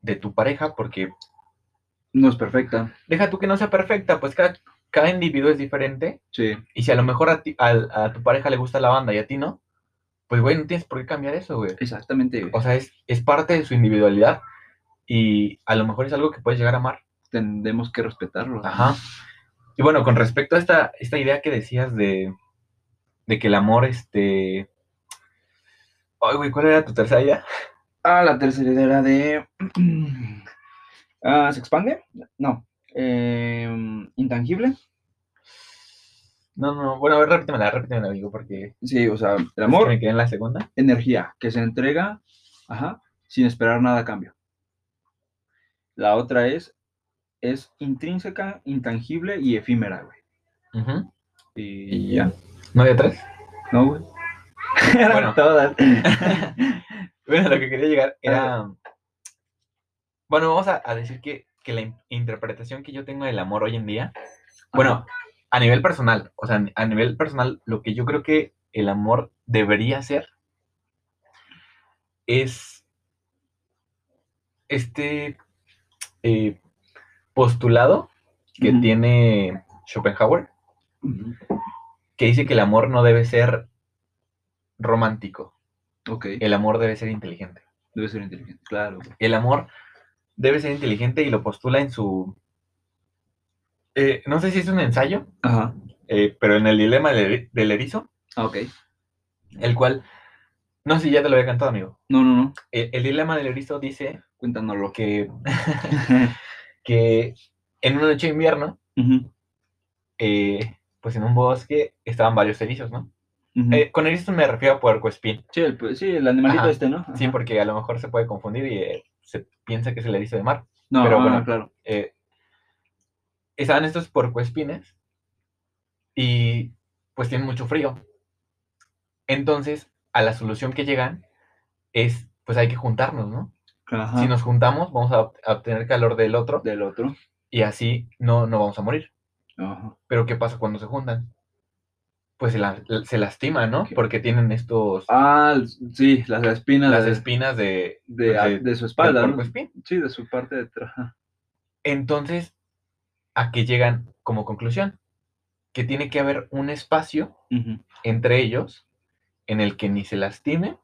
[SPEAKER 1] de tu pareja, porque
[SPEAKER 2] No es perfecta.
[SPEAKER 1] deja tú que no sea perfecta, pues cada, cada individuo es diferente
[SPEAKER 2] Sí.
[SPEAKER 1] Y si a lo mejor a, ti, al- a tu pareja le gusta la banda y a ti no, pues güey, no tienes por qué cambiar eso, güey.
[SPEAKER 2] Exactamente, güey.
[SPEAKER 1] O sea, es, es parte de su individualidad y a lo mejor es algo que puedes llegar a amar.
[SPEAKER 2] Tendremos que respetarlo.
[SPEAKER 1] Ajá. Y bueno, con respecto a esta, esta idea que decías de, de que el amor, este... Ay, güey, ¿cuál era tu tercera idea?
[SPEAKER 2] Ah, la tercera idea era de. Ah, ¿Se expande? No. Em, ¿Intangible?
[SPEAKER 1] No, no, bueno, a ver, repítemela, repítemela, amigo, porque
[SPEAKER 2] Sí, o sea, el
[SPEAKER 1] es que
[SPEAKER 2] amor,
[SPEAKER 1] me quedé en la segunda.
[SPEAKER 2] energía que se entrega, ajá, sin esperar nada a cambio. La otra es, es intrínseca, intangible y efímera, güey.
[SPEAKER 1] Ujú.
[SPEAKER 2] Y,
[SPEAKER 1] Y ya. ¿No había tres?
[SPEAKER 2] No, güey. Eran
[SPEAKER 1] Bueno.
[SPEAKER 2] todas.
[SPEAKER 1] Bueno, lo que quería llegar era. Bueno, vamos a, a decir que, que la in- interpretación que yo tengo del amor hoy en día, bueno, a nivel personal, o sea, a nivel personal, lo que yo creo que el amor debería ser es este eh, postulado que
[SPEAKER 2] Ujú.
[SPEAKER 1] tiene Schopenhauer,
[SPEAKER 2] Ujú.
[SPEAKER 1] que dice que el amor no debe ser romántico,
[SPEAKER 2] Ok,
[SPEAKER 1] el amor debe ser inteligente.
[SPEAKER 2] debe ser inteligente. Claro, güey.
[SPEAKER 1] el amor debe ser inteligente y lo postula en su... eh, no sé si es un ensayo,
[SPEAKER 2] Ajá.
[SPEAKER 1] eh, pero en el dilema del, del erizo,
[SPEAKER 2] Ah, ok.
[SPEAKER 1] el cual... No sé si ya te lo había cantado, amigo. eh,
[SPEAKER 2] No, no, no.
[SPEAKER 1] El, el dilema del erizo dice
[SPEAKER 2] Cuéntanoslo.
[SPEAKER 1] que, que en una noche de invierno,
[SPEAKER 2] Ujú,
[SPEAKER 1] eh, pues en un bosque estaban varios erizos, ¿no?
[SPEAKER 2] ujú.
[SPEAKER 1] Eh, con erizo me refiero a puercoespín,
[SPEAKER 2] Sí, el, pues, sí, el animalito
[SPEAKER 1] Ajá.
[SPEAKER 2] este, ¿no? Ajá.
[SPEAKER 1] sí, porque a lo mejor se puede confundir y eh, se piensa que es el erizo de mar.
[SPEAKER 2] No,
[SPEAKER 1] pero
[SPEAKER 2] ah,
[SPEAKER 1] bueno.
[SPEAKER 2] claro.
[SPEAKER 1] eh, estaban estos puercoespines y pues tienen mucho frío. Entonces, a la solución que llegan es, pues hay que juntarnos, ¿no?
[SPEAKER 2] Ajá.
[SPEAKER 1] Si nos juntamos, vamos a, ob- a obtener calor del otro
[SPEAKER 2] Del otro.
[SPEAKER 1] y así no, no vamos a morir.
[SPEAKER 2] Ajá.
[SPEAKER 1] Pero ¿qué pasa cuando se juntan? Pues se, la- se lastiman, ¿no?
[SPEAKER 2] Ok.
[SPEAKER 1] Porque tienen estos,
[SPEAKER 2] Ah, sí, las espinas
[SPEAKER 1] las
[SPEAKER 2] de-
[SPEAKER 1] espinas de,
[SPEAKER 2] de,
[SPEAKER 1] pues,
[SPEAKER 2] a-
[SPEAKER 1] de-
[SPEAKER 2] de su
[SPEAKER 1] del pues.
[SPEAKER 2] espalda, ¿no?
[SPEAKER 1] puercoespín.
[SPEAKER 2] Sí, de su parte de atrás. ajá.
[SPEAKER 1] Entonces, ¿a qué llegan como conclusión? Que tiene que haber un espacio
[SPEAKER 2] Ujú.
[SPEAKER 1] entre ellos en el que ni se lastimen,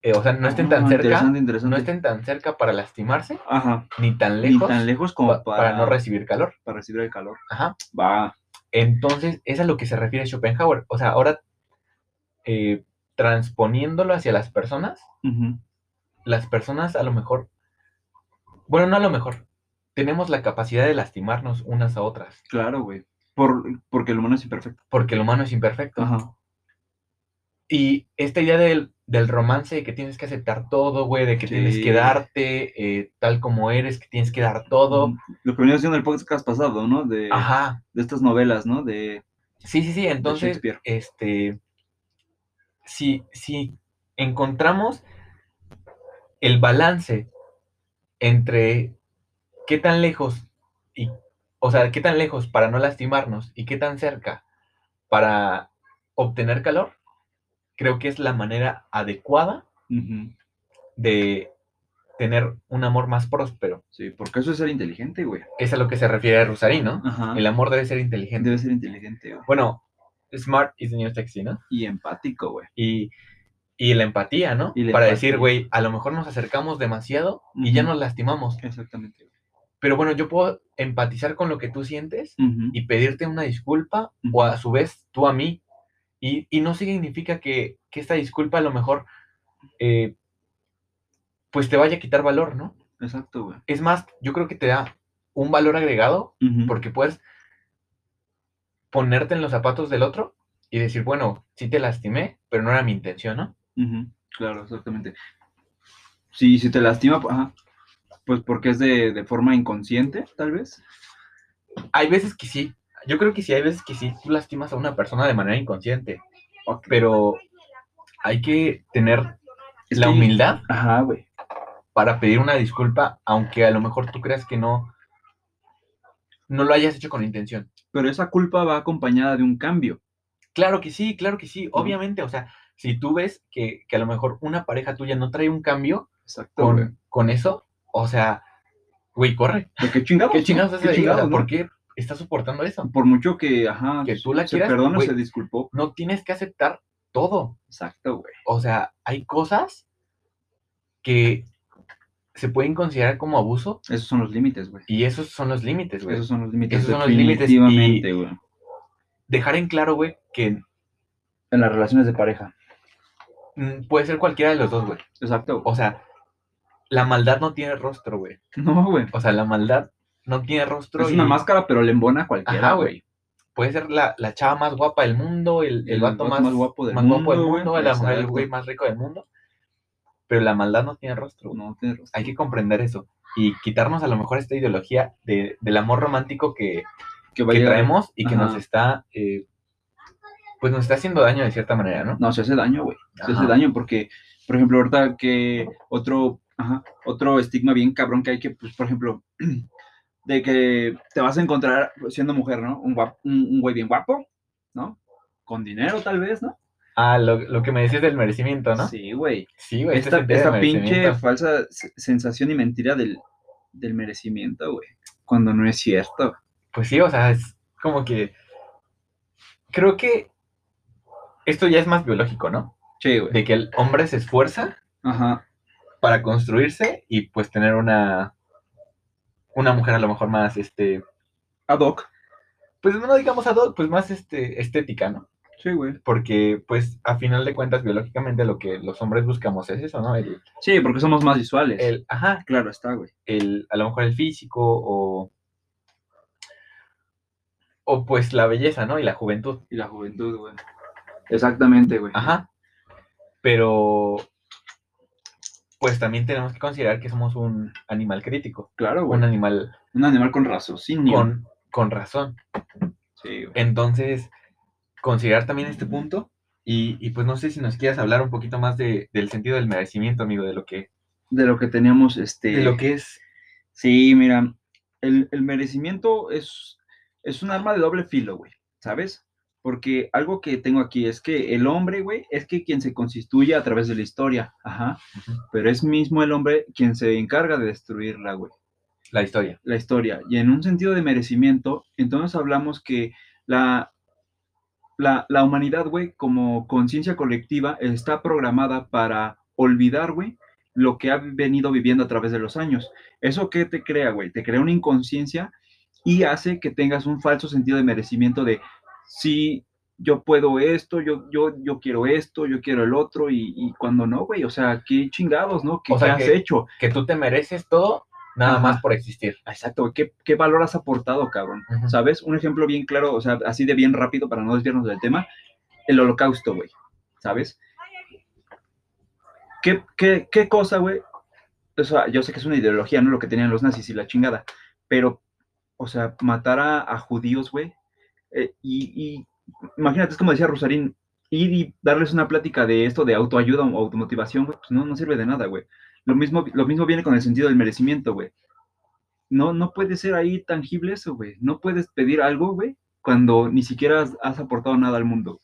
[SPEAKER 1] eh, o sea, no estén
[SPEAKER 2] Ah,
[SPEAKER 1] tan cerca,
[SPEAKER 2] Interesante, interesante.
[SPEAKER 1] no estén tan cerca para lastimarse,
[SPEAKER 2] Ajá.
[SPEAKER 1] ni tan
[SPEAKER 2] Ni
[SPEAKER 1] lejos,
[SPEAKER 2] tan lejos como
[SPEAKER 1] pa- para...
[SPEAKER 2] para,
[SPEAKER 1] no recibir calor.
[SPEAKER 2] para recibir el calor.
[SPEAKER 1] Ajá.
[SPEAKER 2] Va.
[SPEAKER 1] Entonces, es a lo que se refiere Schopenhauer. O sea, ahora eh, transponiéndolo hacia las personas,
[SPEAKER 2] Ujú.
[SPEAKER 1] las personas a lo mejor, bueno, no a lo mejor, tenemos la capacidad de lastimarnos unas a otras,
[SPEAKER 2] Claro, güey. Por, porque el humano es imperfecto.
[SPEAKER 1] porque el humano es imperfecto.
[SPEAKER 2] Ajá.
[SPEAKER 1] Y esta idea del, del romance, de que tienes que aceptar todo, güey, de que tienes que
[SPEAKER 2] Sí.
[SPEAKER 1] darte eh, tal como eres, que tienes que dar todo.
[SPEAKER 2] Ujú. Lo que venía haciendo en el podcast pasado, ¿no? De,
[SPEAKER 1] Ajá.
[SPEAKER 2] de estas novelas, ¿no? De,
[SPEAKER 1] Sí, sí, sí. Entonces,
[SPEAKER 2] Shakespeare.
[SPEAKER 1] este, si, si encontramos el balance entre qué tan lejos y, o sea, qué tan lejos para no lastimarnos y qué tan cerca para obtener calor, creo que es la manera adecuada
[SPEAKER 2] Ujú.
[SPEAKER 1] de tener un amor más próspero.
[SPEAKER 2] Sí, porque eso es ser inteligente, güey.
[SPEAKER 1] Es a lo que se refiere Rosarín, ¿no?
[SPEAKER 2] Ajá.
[SPEAKER 1] El amor debe ser inteligente.
[SPEAKER 2] Debe ser inteligente, güey.
[SPEAKER 1] Bueno, smart is the new sexy, ¿no?
[SPEAKER 2] Y empático, güey.
[SPEAKER 1] y, y la empatía, ¿no?
[SPEAKER 2] Y la
[SPEAKER 1] Para
[SPEAKER 2] empatía.
[SPEAKER 1] decir, güey, a lo mejor nos acercamos demasiado y ya
[SPEAKER 2] Ujú.
[SPEAKER 1] nos lastimamos.
[SPEAKER 2] Exactamente.
[SPEAKER 1] Pero bueno, yo puedo empatizar con lo que tú sientes
[SPEAKER 2] Ujú.
[SPEAKER 1] y pedirte una disculpa o a su vez tú a mí. Y, y no significa que, que esta disculpa a lo mejor eh, pues te vaya a quitar valor, ¿no?
[SPEAKER 2] Exacto, güey.
[SPEAKER 1] Es más, yo creo que te da un valor agregado
[SPEAKER 2] Ujú.
[SPEAKER 1] porque puedes ponerte en los zapatos del otro y decir, bueno, sí te lastimé, pero no era mi intención, ¿no?
[SPEAKER 2] Ujú, Claro, exactamente. Sí, si te lastima, pu- ajá, pues porque es de, de forma inconsciente, tal vez.
[SPEAKER 1] Hay veces que sí. Yo creo que sí, hay veces que sí, tú lastimas a una persona de manera inconsciente.
[SPEAKER 2] Ok.
[SPEAKER 1] Pero hay que tener
[SPEAKER 2] Es
[SPEAKER 1] la
[SPEAKER 2] que-
[SPEAKER 1] humildad
[SPEAKER 2] Ajá, güey.
[SPEAKER 1] para pedir una disculpa, aunque a lo mejor tú creas que no, no lo hayas hecho con intención.
[SPEAKER 2] Pero esa culpa va acompañada de un cambio.
[SPEAKER 1] Claro que sí, claro que sí, obviamente. O sea, si tú ves que, que a lo mejor una pareja tuya no trae un cambio
[SPEAKER 2] Exacto. güey.
[SPEAKER 1] con, con eso, o sea, güey, corre.
[SPEAKER 2] ¿De qué chingados?
[SPEAKER 1] ¿Qué
[SPEAKER 2] no?
[SPEAKER 1] chingados haces
[SPEAKER 2] ¿Qué
[SPEAKER 1] ahí? O sea,
[SPEAKER 2] chingados, no?
[SPEAKER 1] ¿Por qué estás soportando eso?
[SPEAKER 2] Por mucho que, ajá,
[SPEAKER 1] Que tú la
[SPEAKER 2] se
[SPEAKER 1] quieras,
[SPEAKER 2] perdona,
[SPEAKER 1] güey.
[SPEAKER 2] se disculpó.
[SPEAKER 1] No tienes que aceptar todo.
[SPEAKER 2] Exacto, güey.
[SPEAKER 1] O sea, hay cosas que se pueden considerar como abuso
[SPEAKER 2] Esos son los límites, güey.
[SPEAKER 1] y esos son los límites, güey.
[SPEAKER 2] Esos son los límites.
[SPEAKER 1] Esos son los límites y-
[SPEAKER 2] definitivamente, güey.
[SPEAKER 1] Dejar en claro, güey, que
[SPEAKER 2] En las relaciones de pareja.
[SPEAKER 1] mm, puede ser cualquiera de los dos, güey.
[SPEAKER 2] Exacto. güey.
[SPEAKER 1] O sea, la maldad no tiene rostro, güey.
[SPEAKER 2] No, güey.
[SPEAKER 1] O sea, la maldad no tiene rostro.
[SPEAKER 2] Es
[SPEAKER 1] y
[SPEAKER 2] una máscara, pero le embona a cualquiera,
[SPEAKER 1] Ajá, güey. Puede ser la, la chava más guapa del mundo, el, el
[SPEAKER 2] El
[SPEAKER 1] vato
[SPEAKER 2] vato
[SPEAKER 1] más,
[SPEAKER 2] más guapo del
[SPEAKER 1] más guapo
[SPEAKER 2] mundo,
[SPEAKER 1] la
[SPEAKER 2] güey.
[SPEAKER 1] mujer, el
[SPEAKER 2] Exacto.
[SPEAKER 1] güey más rico del mundo. Pero la maldad no tiene rostro, güey.
[SPEAKER 2] No tiene rostro.
[SPEAKER 1] hay que comprender eso y quitarnos a lo mejor esta ideología de- del amor romántico que,
[SPEAKER 2] Que va a
[SPEAKER 1] que
[SPEAKER 2] llegar-
[SPEAKER 1] traemos y que nos
[SPEAKER 2] Ajá.
[SPEAKER 1] está, eh, pues nos está haciendo daño de cierta manera, ¿no?
[SPEAKER 2] No, se hace daño, güey. se hace
[SPEAKER 1] Ajá.
[SPEAKER 2] daño porque, por ejemplo, ahorita que otro, ajá, otro estigma bien cabrón que hay que, pues, por ejemplo, de que te vas a encontrar siendo mujer, ¿no? Un, guap- un, un güey bien guapo, ¿no? Con dinero tal vez, ¿no?
[SPEAKER 1] Ah, lo, lo que me decías del merecimiento, ¿no? Sí,
[SPEAKER 2] Sí, güey.
[SPEAKER 1] güey. este
[SPEAKER 2] Esta,
[SPEAKER 1] sentido del
[SPEAKER 2] esta pinche
[SPEAKER 1] merecimiento.
[SPEAKER 2] falsa se- sensación y mentira del, del merecimiento, güey. Cuando no es cierto.
[SPEAKER 1] Pues sí, o sea, es como que... Creo que esto ya es más biológico, ¿no?
[SPEAKER 2] Che, güey.
[SPEAKER 1] De que el hombre se esfuerza
[SPEAKER 2] Ajá.
[SPEAKER 1] para construirse y pues tener una... Una mujer a lo mejor más, este...
[SPEAKER 2] Ad hoc.
[SPEAKER 1] Pues no digamos ad hoc, pues más este, estética, ¿no?
[SPEAKER 2] Sí, güey.
[SPEAKER 1] porque pues a final de cuentas biológicamente lo que los hombres buscamos es eso, ¿no? El,
[SPEAKER 2] Sí, porque somos más visuales.
[SPEAKER 1] el- ajá,
[SPEAKER 2] Claro está, güey.
[SPEAKER 1] el, a lo mejor el físico o, o pues la belleza, ¿no? Y la juventud,
[SPEAKER 2] Y la juventud, güey. Exactamente, güey.
[SPEAKER 1] ajá. Pero pues también tenemos que considerar que somos un animal crítico,
[SPEAKER 2] Claro, güey.
[SPEAKER 1] un animal
[SPEAKER 2] Un animal con raciocinio.
[SPEAKER 1] con, con razón.
[SPEAKER 2] Sí, güey.
[SPEAKER 1] Entonces, considerar también este punto y, y pues no sé si nos quieras hablar un poquito más de- del sentido del merecimiento, amigo, de lo que,
[SPEAKER 2] De lo que teníamos, este...
[SPEAKER 1] de lo que es
[SPEAKER 2] Sí, mira, el, el merecimiento es, es un arma de doble filo, güey, ¿sabes? Porque algo que tengo aquí es que el hombre, güey, es que quien se constituye a través de la historia, ajá,
[SPEAKER 1] Ujú.
[SPEAKER 2] pero es mismo el hombre quien se encarga de destruirla, güey,
[SPEAKER 1] la historia.
[SPEAKER 2] la historia. Y en un sentido de merecimiento, entonces hablamos que la, la, la humanidad, güey, como conciencia colectiva, está programada para olvidar, güey, lo que ha venido viviendo a través de los años. ¿Eso qué te crea, güey? Te crea una inconsciencia y hace que tengas un falso sentido de merecimiento de si yo puedo esto, yo, yo, yo quiero esto, yo quiero el otro, y, y cuando no, güey, o sea, qué chingados, ¿no? ¿Qué,
[SPEAKER 1] O sea,
[SPEAKER 2] qué has
[SPEAKER 1] que-
[SPEAKER 2] hecho?
[SPEAKER 1] Que tú te mereces todo nada
[SPEAKER 2] Ajá.
[SPEAKER 1] más por existir.
[SPEAKER 2] Exacto, güey, ¿qué, ¿qué valor has aportado, cabrón?
[SPEAKER 1] Ujú.
[SPEAKER 2] ¿Sabes? Un ejemplo bien claro, o sea, así de bien rápido para no desviarnos del tema, el holocausto, güey. ¿Sabes? ¿Qué, qué, qué cosa, güey? O sea, yo sé que es una ideología, ¿no? Lo que tenían los nazis y la chingada, pero, o sea, matar a, a judíos, güey, eh, y, y imagínate, es como decía Rosarín, ir y darles una plática de esto, de autoayuda o automotivación, güey, pues no, no sirve de nada, güey. Lo mismo, lo mismo viene con el sentido del merecimiento, güey no, no puede ser ahí tangible eso, güey. No puedes pedir algo, güey, cuando ni siquiera has, has aportado nada al mundo.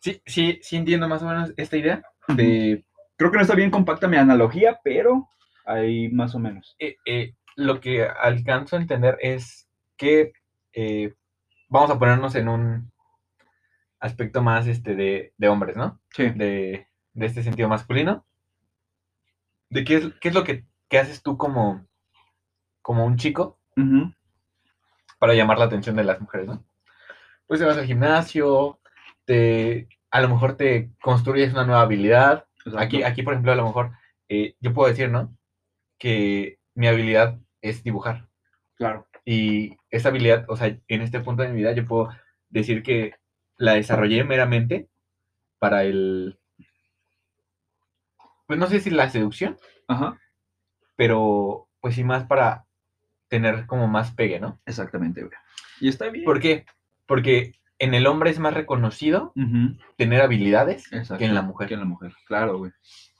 [SPEAKER 1] Sí, sí, sí entiendo más o menos esta idea.
[SPEAKER 2] De-
[SPEAKER 1] De,
[SPEAKER 2] Creo que no está bien compacta mi analogía, pero ahí más o menos.
[SPEAKER 1] eh, eh, lo que alcanzo a entender es que eh, vamos a ponernos en un aspecto más este de, de hombres, ¿no?
[SPEAKER 2] Sí.
[SPEAKER 1] de, de este sentido masculino. De qué es, qué es lo que, qué haces tú como, como un chico
[SPEAKER 2] Ujú,
[SPEAKER 1] para llamar la atención de las mujeres, ¿no? Pues te vas al gimnasio, te, a lo mejor te construyes una nueva habilidad.
[SPEAKER 2] exacto.
[SPEAKER 1] Aquí, aquí por ejemplo, a lo mejor eh, yo puedo decir, ¿no? Que mi habilidad es dibujar.
[SPEAKER 2] Claro.
[SPEAKER 1] Y esa habilidad, o sea, en este punto de mi vida yo puedo decir que la desarrollé meramente para el... Pues no sé si la seducción,
[SPEAKER 2] Ajá.
[SPEAKER 1] pero pues sí más para tener como más pegue, ¿no?
[SPEAKER 2] Exactamente, güey. Y está bien.
[SPEAKER 1] ¿Por qué? Porque en el hombre es más reconocido
[SPEAKER 2] Ujú,
[SPEAKER 1] tener habilidades
[SPEAKER 2] exacto.
[SPEAKER 1] que en la mujer.
[SPEAKER 2] Que en la mujer. Claro, güey.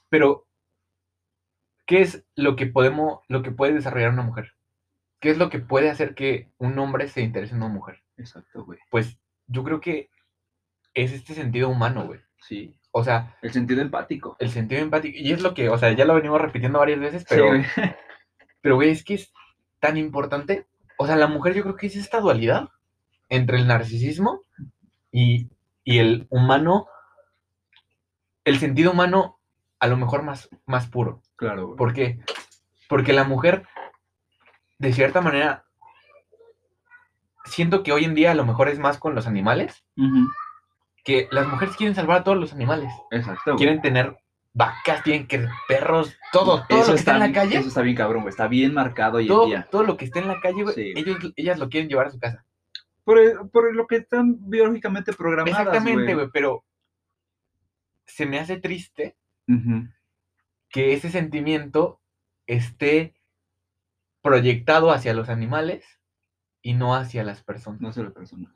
[SPEAKER 1] Pero, ¿qué es lo que podemos, lo que puede desarrollar una mujer? ¿Qué es lo que puede hacer que un hombre se interese en una mujer?
[SPEAKER 2] Exacto, güey.
[SPEAKER 1] pues yo creo que es este sentido humano, güey.
[SPEAKER 2] Sí.
[SPEAKER 1] O sea,
[SPEAKER 2] El sentido empático.
[SPEAKER 1] el sentido empático. Y es lo que, o sea, ya lo venimos repitiendo varias veces,
[SPEAKER 2] Sí,
[SPEAKER 1] pero,
[SPEAKER 2] güey.
[SPEAKER 1] pero güey, es que es tan importante. O sea, la mujer yo creo que es esta dualidad entre el narcisismo y, y el humano, el sentido humano a lo mejor más, más puro.
[SPEAKER 2] Claro, güey.
[SPEAKER 1] ¿Por qué? Porque la mujer, de cierta manera, siento que hoy en día a lo mejor es más con los animales
[SPEAKER 2] Ujú,
[SPEAKER 1] que las mujeres quieren salvar a todos los animales.
[SPEAKER 2] Exacto, güey.
[SPEAKER 1] Quieren tener vacas, tienen que perros, todo, todo
[SPEAKER 2] Eso
[SPEAKER 1] lo que está en la calle,
[SPEAKER 2] Eso está bien cabrón, güey. Está bien marcado hoy en
[SPEAKER 1] todo,
[SPEAKER 2] día.
[SPEAKER 1] todo lo que está en la calle, güey,
[SPEAKER 2] Sí.
[SPEAKER 1] ellos, ellas lo quieren llevar a su casa.
[SPEAKER 2] Por, por lo que están biológicamente programadas,
[SPEAKER 1] Exactamente, güey, pero se me hace triste
[SPEAKER 2] Ujú.
[SPEAKER 1] que ese sentimiento esté proyectado hacia los animales y no hacia las personas.
[SPEAKER 2] No sé la persona.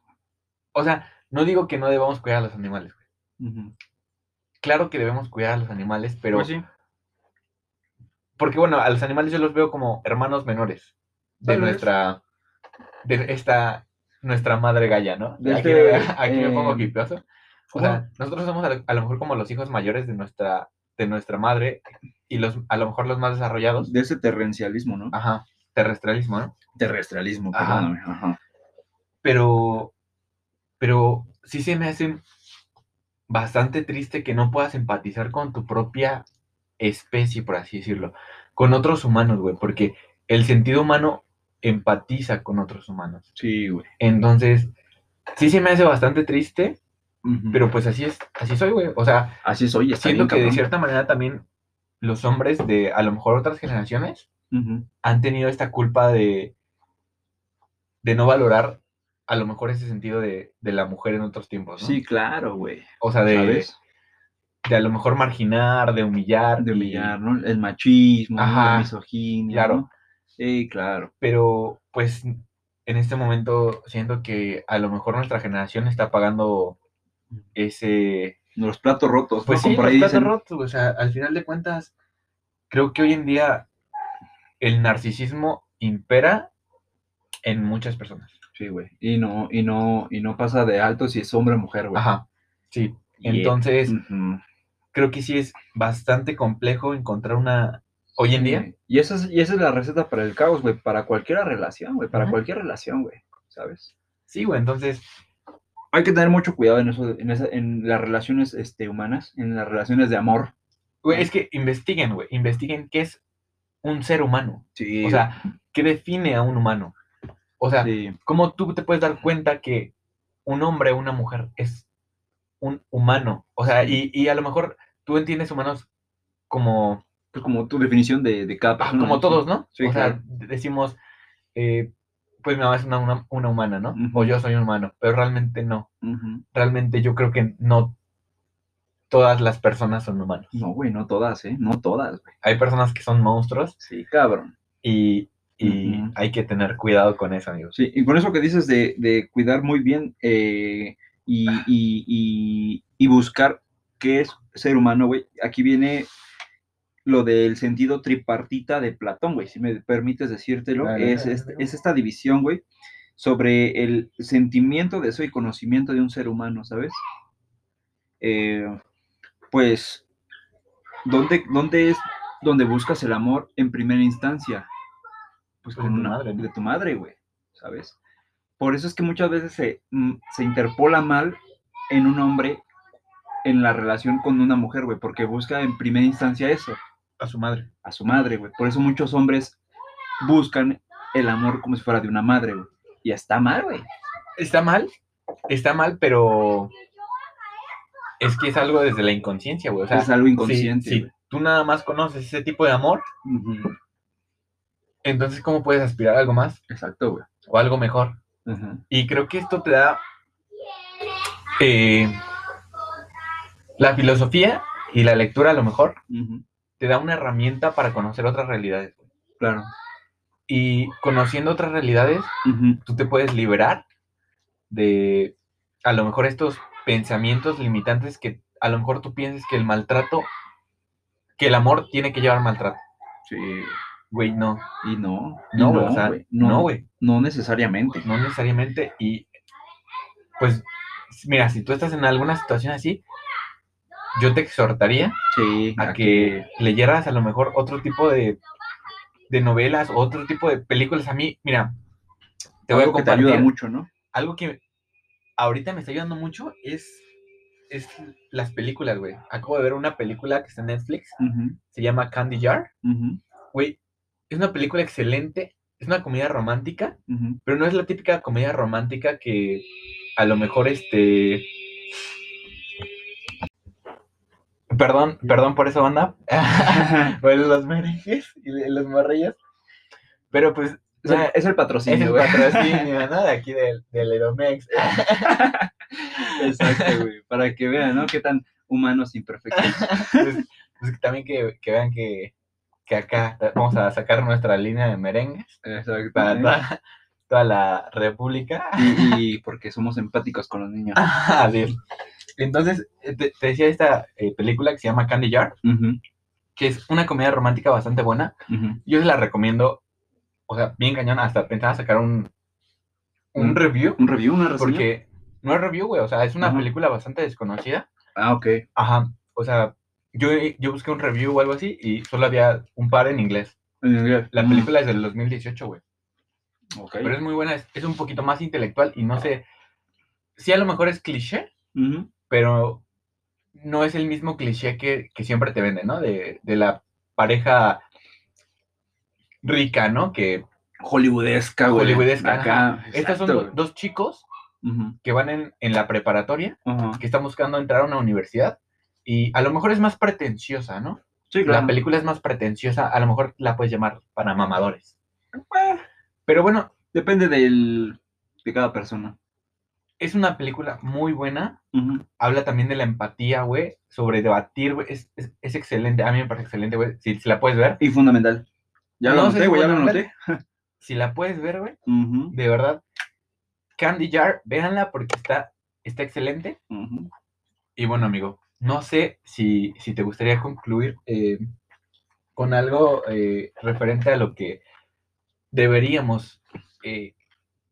[SPEAKER 1] O sea, no digo que no debamos cuidar a los animales, güey. Claro que debemos cuidar a los animales, pero...
[SPEAKER 2] Pues sí,
[SPEAKER 1] porque bueno, a los animales yo los veo como hermanos menores de
[SPEAKER 2] Tal vez.
[SPEAKER 1] nuestra, de esta, nuestra madre galla, ¿no?
[SPEAKER 2] De
[SPEAKER 1] aquí
[SPEAKER 2] este,
[SPEAKER 1] me- aquí me pongo
[SPEAKER 2] em,
[SPEAKER 1] hipioso. O
[SPEAKER 2] bueno.
[SPEAKER 1] sea, nosotros somos a lo, a lo mejor como los hijos mayores de nuestra, de nuestra madre y los, a lo mejor los más desarrollados.
[SPEAKER 2] de ese terrencialismo, ¿no?
[SPEAKER 1] Ajá, terrestrialismo, ¿no?
[SPEAKER 2] Terrestrialismo,
[SPEAKER 1] Ajá.
[SPEAKER 2] perdóname. Ah. Ajá.
[SPEAKER 1] Pero, pero sí se me hace bastante triste que no puedas empatizar con tu propia especie, por así decirlo, con otros humanos, güey, porque el sentido humano empatiza con otros humanos.
[SPEAKER 2] Sí, güey.
[SPEAKER 1] Entonces, sí se me hace bastante triste,
[SPEAKER 2] Ujú.
[SPEAKER 1] pero pues así es, así soy, güey. O sea,
[SPEAKER 2] así es hoy. está
[SPEAKER 1] siento
[SPEAKER 2] bien,
[SPEAKER 1] que de
[SPEAKER 2] cabrón.
[SPEAKER 1] cierta manera también los hombres de a lo mejor otras generaciones
[SPEAKER 2] Ujú.
[SPEAKER 1] han tenido esta culpa de, de no valorar a lo mejor ese sentido de, de la mujer en otros tiempos, ¿no?
[SPEAKER 2] Sí, claro, güey.
[SPEAKER 1] O sea, de,
[SPEAKER 2] ¿Sabes?
[SPEAKER 1] de a lo mejor marginar, de humillar.
[SPEAKER 2] De
[SPEAKER 1] y-
[SPEAKER 2] humillar, ¿no? El machismo, ¿no?
[SPEAKER 1] Ajá.
[SPEAKER 2] la misoginia.
[SPEAKER 1] Claro.
[SPEAKER 2] ¿no? Sí, claro.
[SPEAKER 1] Pero, pues, en este momento siento que a lo mejor nuestra generación está pagando ese...
[SPEAKER 2] Los platos rotos. ¿no?
[SPEAKER 1] Pues sí,
[SPEAKER 2] Como por
[SPEAKER 1] los
[SPEAKER 2] ahí
[SPEAKER 1] platos
[SPEAKER 2] dicen.
[SPEAKER 1] rotos. O sea, al final de cuentas, creo que hoy en día el narcisismo impera en muchas personas.
[SPEAKER 2] Sí, güey. Y no, y no, y no pasa de alto si es hombre o mujer, güey.
[SPEAKER 1] Ajá, sí.
[SPEAKER 2] Yeah.
[SPEAKER 1] Entonces,
[SPEAKER 2] Ujú.
[SPEAKER 1] creo que sí es bastante complejo encontrar una... Hoy en día,
[SPEAKER 2] Sí. Y esa es, y esa es la receta para el caos, güey. Para cualquier relación, güey. Para
[SPEAKER 1] Ujú.
[SPEAKER 2] cualquier relación, güey. ¿Sabes?
[SPEAKER 1] Sí, güey, entonces
[SPEAKER 2] hay que tener mucho cuidado en eso, en, esa- en las relaciones este, humanas, en las relaciones de amor.
[SPEAKER 1] Güey, es que investiguen, güey. Investiguen qué es un ser humano.
[SPEAKER 2] Sí.
[SPEAKER 1] O sea, qué define a un humano. O sea,
[SPEAKER 2] sí.
[SPEAKER 1] ¿cómo tú te puedes dar cuenta que un hombre o una mujer es un humano? O sea, y, y a lo mejor tú entiendes humanos como
[SPEAKER 2] Pues como tu definición de, de cada
[SPEAKER 1] Ah,
[SPEAKER 2] persona.
[SPEAKER 1] como
[SPEAKER 2] ¿no?
[SPEAKER 1] todos, ¿no?
[SPEAKER 2] Sí,
[SPEAKER 1] o sea,
[SPEAKER 2] claro.
[SPEAKER 1] de- decimos, eh, pues mi mamá es una, una- una humana, ¿no?
[SPEAKER 2] Ujú.
[SPEAKER 1] O yo soy un humano, pero realmente no.
[SPEAKER 2] Ujú.
[SPEAKER 1] Realmente yo creo que no todas las personas son humanos.
[SPEAKER 2] No, güey, no todas, ¿eh? No todas, güey.
[SPEAKER 1] Hay personas que son monstruos
[SPEAKER 2] Sí, cabrón.
[SPEAKER 1] y, y
[SPEAKER 2] Ujú.
[SPEAKER 1] hay que tener cuidado con eso, amigos.
[SPEAKER 2] Sí, y con eso que dices de, de cuidar muy bien eh, y, y- y- y buscar qué es ser humano, güey, aquí viene lo del sentido tripartita de Platón, güey, si me permites decírtelo,
[SPEAKER 1] Dale,
[SPEAKER 2] es,
[SPEAKER 1] dale,
[SPEAKER 2] es-
[SPEAKER 1] amigo.
[SPEAKER 2] es esta división, güey, sobre el sentimiento de eso y conocimiento de un ser humano, ¿sabes? Eh, pues, ¿dónde, ¿dónde es donde buscas el amor en primera instancia?
[SPEAKER 1] Pues
[SPEAKER 2] Pues
[SPEAKER 1] de
[SPEAKER 2] con
[SPEAKER 1] tu
[SPEAKER 2] una
[SPEAKER 1] madre, ¿no?
[SPEAKER 2] de tu madre, güey, ¿sabes? Por eso es que muchas veces se, mm, se interpola mal en un hombre en la relación con una mujer, güey, porque busca en primera instancia eso,
[SPEAKER 1] A su madre.
[SPEAKER 2] a su madre, güey. Por eso muchos hombres buscan el amor como si fuera de una madre, güey. Y está mal, güey.
[SPEAKER 1] Está mal, está mal, pero es que es algo desde la inconsciencia, güey. O sea,
[SPEAKER 2] es algo
[SPEAKER 1] si-
[SPEAKER 2] inconsciente,
[SPEAKER 1] si
[SPEAKER 2] güey.
[SPEAKER 1] tú nada más conoces ese tipo de amor,
[SPEAKER 2] Ujú,
[SPEAKER 1] entonces ¿cómo puedes aspirar a algo más
[SPEAKER 2] Exacto, güey.
[SPEAKER 1] o algo mejor?
[SPEAKER 2] Ajá.
[SPEAKER 1] Y creo que esto te da eh, la filosofía y la lectura a lo mejor
[SPEAKER 2] Ujú,
[SPEAKER 1] te da una herramienta para conocer otras realidades.
[SPEAKER 2] Claro.
[SPEAKER 1] Y conociendo otras realidades,
[SPEAKER 2] Ujú,
[SPEAKER 1] tú te puedes liberar de a lo mejor estos pensamientos limitantes que a lo mejor tú piensas que el maltrato, que el amor tiene que llevar maltrato.
[SPEAKER 2] Sí.
[SPEAKER 1] Güey, no.
[SPEAKER 2] Y no. y
[SPEAKER 1] No, güey. o sea,
[SPEAKER 2] güey,
[SPEAKER 1] no,
[SPEAKER 2] no,
[SPEAKER 1] güey.
[SPEAKER 2] no necesariamente.
[SPEAKER 1] No necesariamente. Y pues, mira, si tú estás en alguna situación así, yo te exhortaría
[SPEAKER 2] Sí.
[SPEAKER 1] a
[SPEAKER 2] a
[SPEAKER 1] que leyeras a lo mejor otro tipo de, de novelas, otro tipo de películas. A mí, mira, te voy a
[SPEAKER 2] algo que te
[SPEAKER 1] compartir
[SPEAKER 2] ayuda mucho, ¿no?
[SPEAKER 1] algo que ahorita me está ayudando mucho es, es las películas, güey. Acabo de ver una película que está en Netflix,
[SPEAKER 2] Ujú,
[SPEAKER 1] se llama Candy Jar.
[SPEAKER 2] ujú,
[SPEAKER 1] Güey, es una película excelente, es una comedia romántica
[SPEAKER 2] ujú.
[SPEAKER 1] pero no es la típica comedia romántica que a lo mejor este. Perdón, perdón por eso, banda. por los merengues y de- los morrillos. Pero pues.
[SPEAKER 2] Es el- es el
[SPEAKER 1] es
[SPEAKER 2] patrocinio,
[SPEAKER 1] el
[SPEAKER 2] güey.
[SPEAKER 1] patrocinio, ¿no? De aquí del, del Edomex.
[SPEAKER 2] Exacto, güey. Para que vean, ¿no? Qué tan humanos
[SPEAKER 1] e
[SPEAKER 2] imperfectos.
[SPEAKER 1] Pues, pues que también que, que vean que, que acá ta- vamos a sacar nuestra línea de merengues
[SPEAKER 2] Exacto.
[SPEAKER 1] para
[SPEAKER 2] ¿eh?
[SPEAKER 1] toda, toda la república.
[SPEAKER 2] Y, y porque somos empáticos con los niños.
[SPEAKER 1] Ah, bien. Entonces, eh, te, te decía esta eh, película que se llama Candy Jar,
[SPEAKER 2] Ujú,
[SPEAKER 1] que es una comedia romántica bastante buena.
[SPEAKER 2] ujú.
[SPEAKER 1] Yo se la recomiendo, o sea, bien cañón, hasta pensaba sacar un, un
[SPEAKER 2] Un-
[SPEAKER 1] review,
[SPEAKER 2] Mm. Un review, una reseña.
[SPEAKER 1] porque no es review, güey, o sea, es una
[SPEAKER 2] Ajá.
[SPEAKER 1] película bastante desconocida.
[SPEAKER 2] Ah, ok.
[SPEAKER 1] Ajá, o sea, yo, yo busqué un review o algo así y solo había un par en inglés. La
[SPEAKER 2] Mm,
[SPEAKER 1] película es del 2018, güey,
[SPEAKER 2] ok.
[SPEAKER 1] pero es muy buena, es, es un poquito más intelectual y no sé, sí a lo mejor es cliché,
[SPEAKER 2] Ujú,
[SPEAKER 1] pero no es el mismo cliché que, que siempre te venden, ¿no? De, de la pareja rica, ¿no? Que
[SPEAKER 2] Hollywoodesca, güey.
[SPEAKER 1] Hollywoodesca,
[SPEAKER 2] Acá.
[SPEAKER 1] estos son
[SPEAKER 2] exacto,
[SPEAKER 1] do-
[SPEAKER 2] güey.
[SPEAKER 1] dos chicos
[SPEAKER 2] Ujú,
[SPEAKER 1] que van en, en la preparatoria,
[SPEAKER 2] ajá.
[SPEAKER 1] que están buscando entrar a una universidad y a lo mejor es más pretenciosa, ¿no?
[SPEAKER 2] Sí,
[SPEAKER 1] La
[SPEAKER 2] claro.
[SPEAKER 1] película es más pretenciosa, a lo mejor la puedes llamar para mamadores.
[SPEAKER 2] Eh.
[SPEAKER 1] Pero bueno,
[SPEAKER 2] Depende del, de cada persona.
[SPEAKER 1] es una película muy buena.
[SPEAKER 2] Ujú,
[SPEAKER 1] Habla también de la empatía, güey, sobre debatir, güey. Es, es- es excelente, a mí me parece excelente, güey. Si- si la puedes ver,
[SPEAKER 2] Y fundamental. Ya lo
[SPEAKER 1] No sé
[SPEAKER 2] noté,
[SPEAKER 1] si
[SPEAKER 2] güey, ya lo noté.
[SPEAKER 1] fundamental. si la puedes ver, güey,
[SPEAKER 2] Ujú,
[SPEAKER 1] de verdad, Candy Jar, véanla porque está, está excelente.
[SPEAKER 2] ujú.
[SPEAKER 1] Y bueno, amigo, no sé si, si te gustaría concluir eh, con algo eh, referente a lo que deberíamos eh,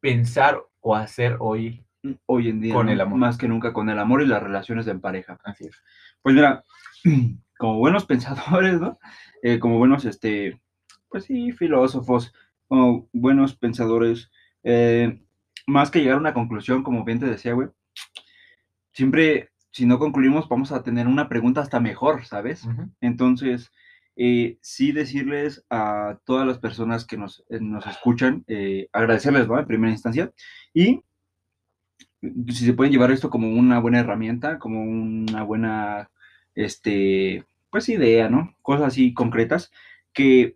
[SPEAKER 1] pensar o hacer hoy.
[SPEAKER 2] Hoy en día,
[SPEAKER 1] Con
[SPEAKER 2] ¿no?
[SPEAKER 1] el amor.
[SPEAKER 2] más que nunca, con el amor y las relaciones en pareja.
[SPEAKER 1] Así es.
[SPEAKER 2] Pues mira, como buenos pensadores, ¿no? Eh, como buenos, este, pues sí, filósofos, como buenos pensadores, eh, más que llegar a una conclusión, como bien te decía, güey, siempre, si no concluimos, vamos a tener una pregunta hasta mejor, ¿sabes?
[SPEAKER 1] Ujú.
[SPEAKER 2] Entonces, eh, sí decirles a todas las personas que nos, eh, nos escuchan, eh, agradecerles, ¿no? En primera instancia. Y mm, si se pueden llevar esto como una buena herramienta, como una buena, este, pues idea, ¿no? Cosas así concretas, que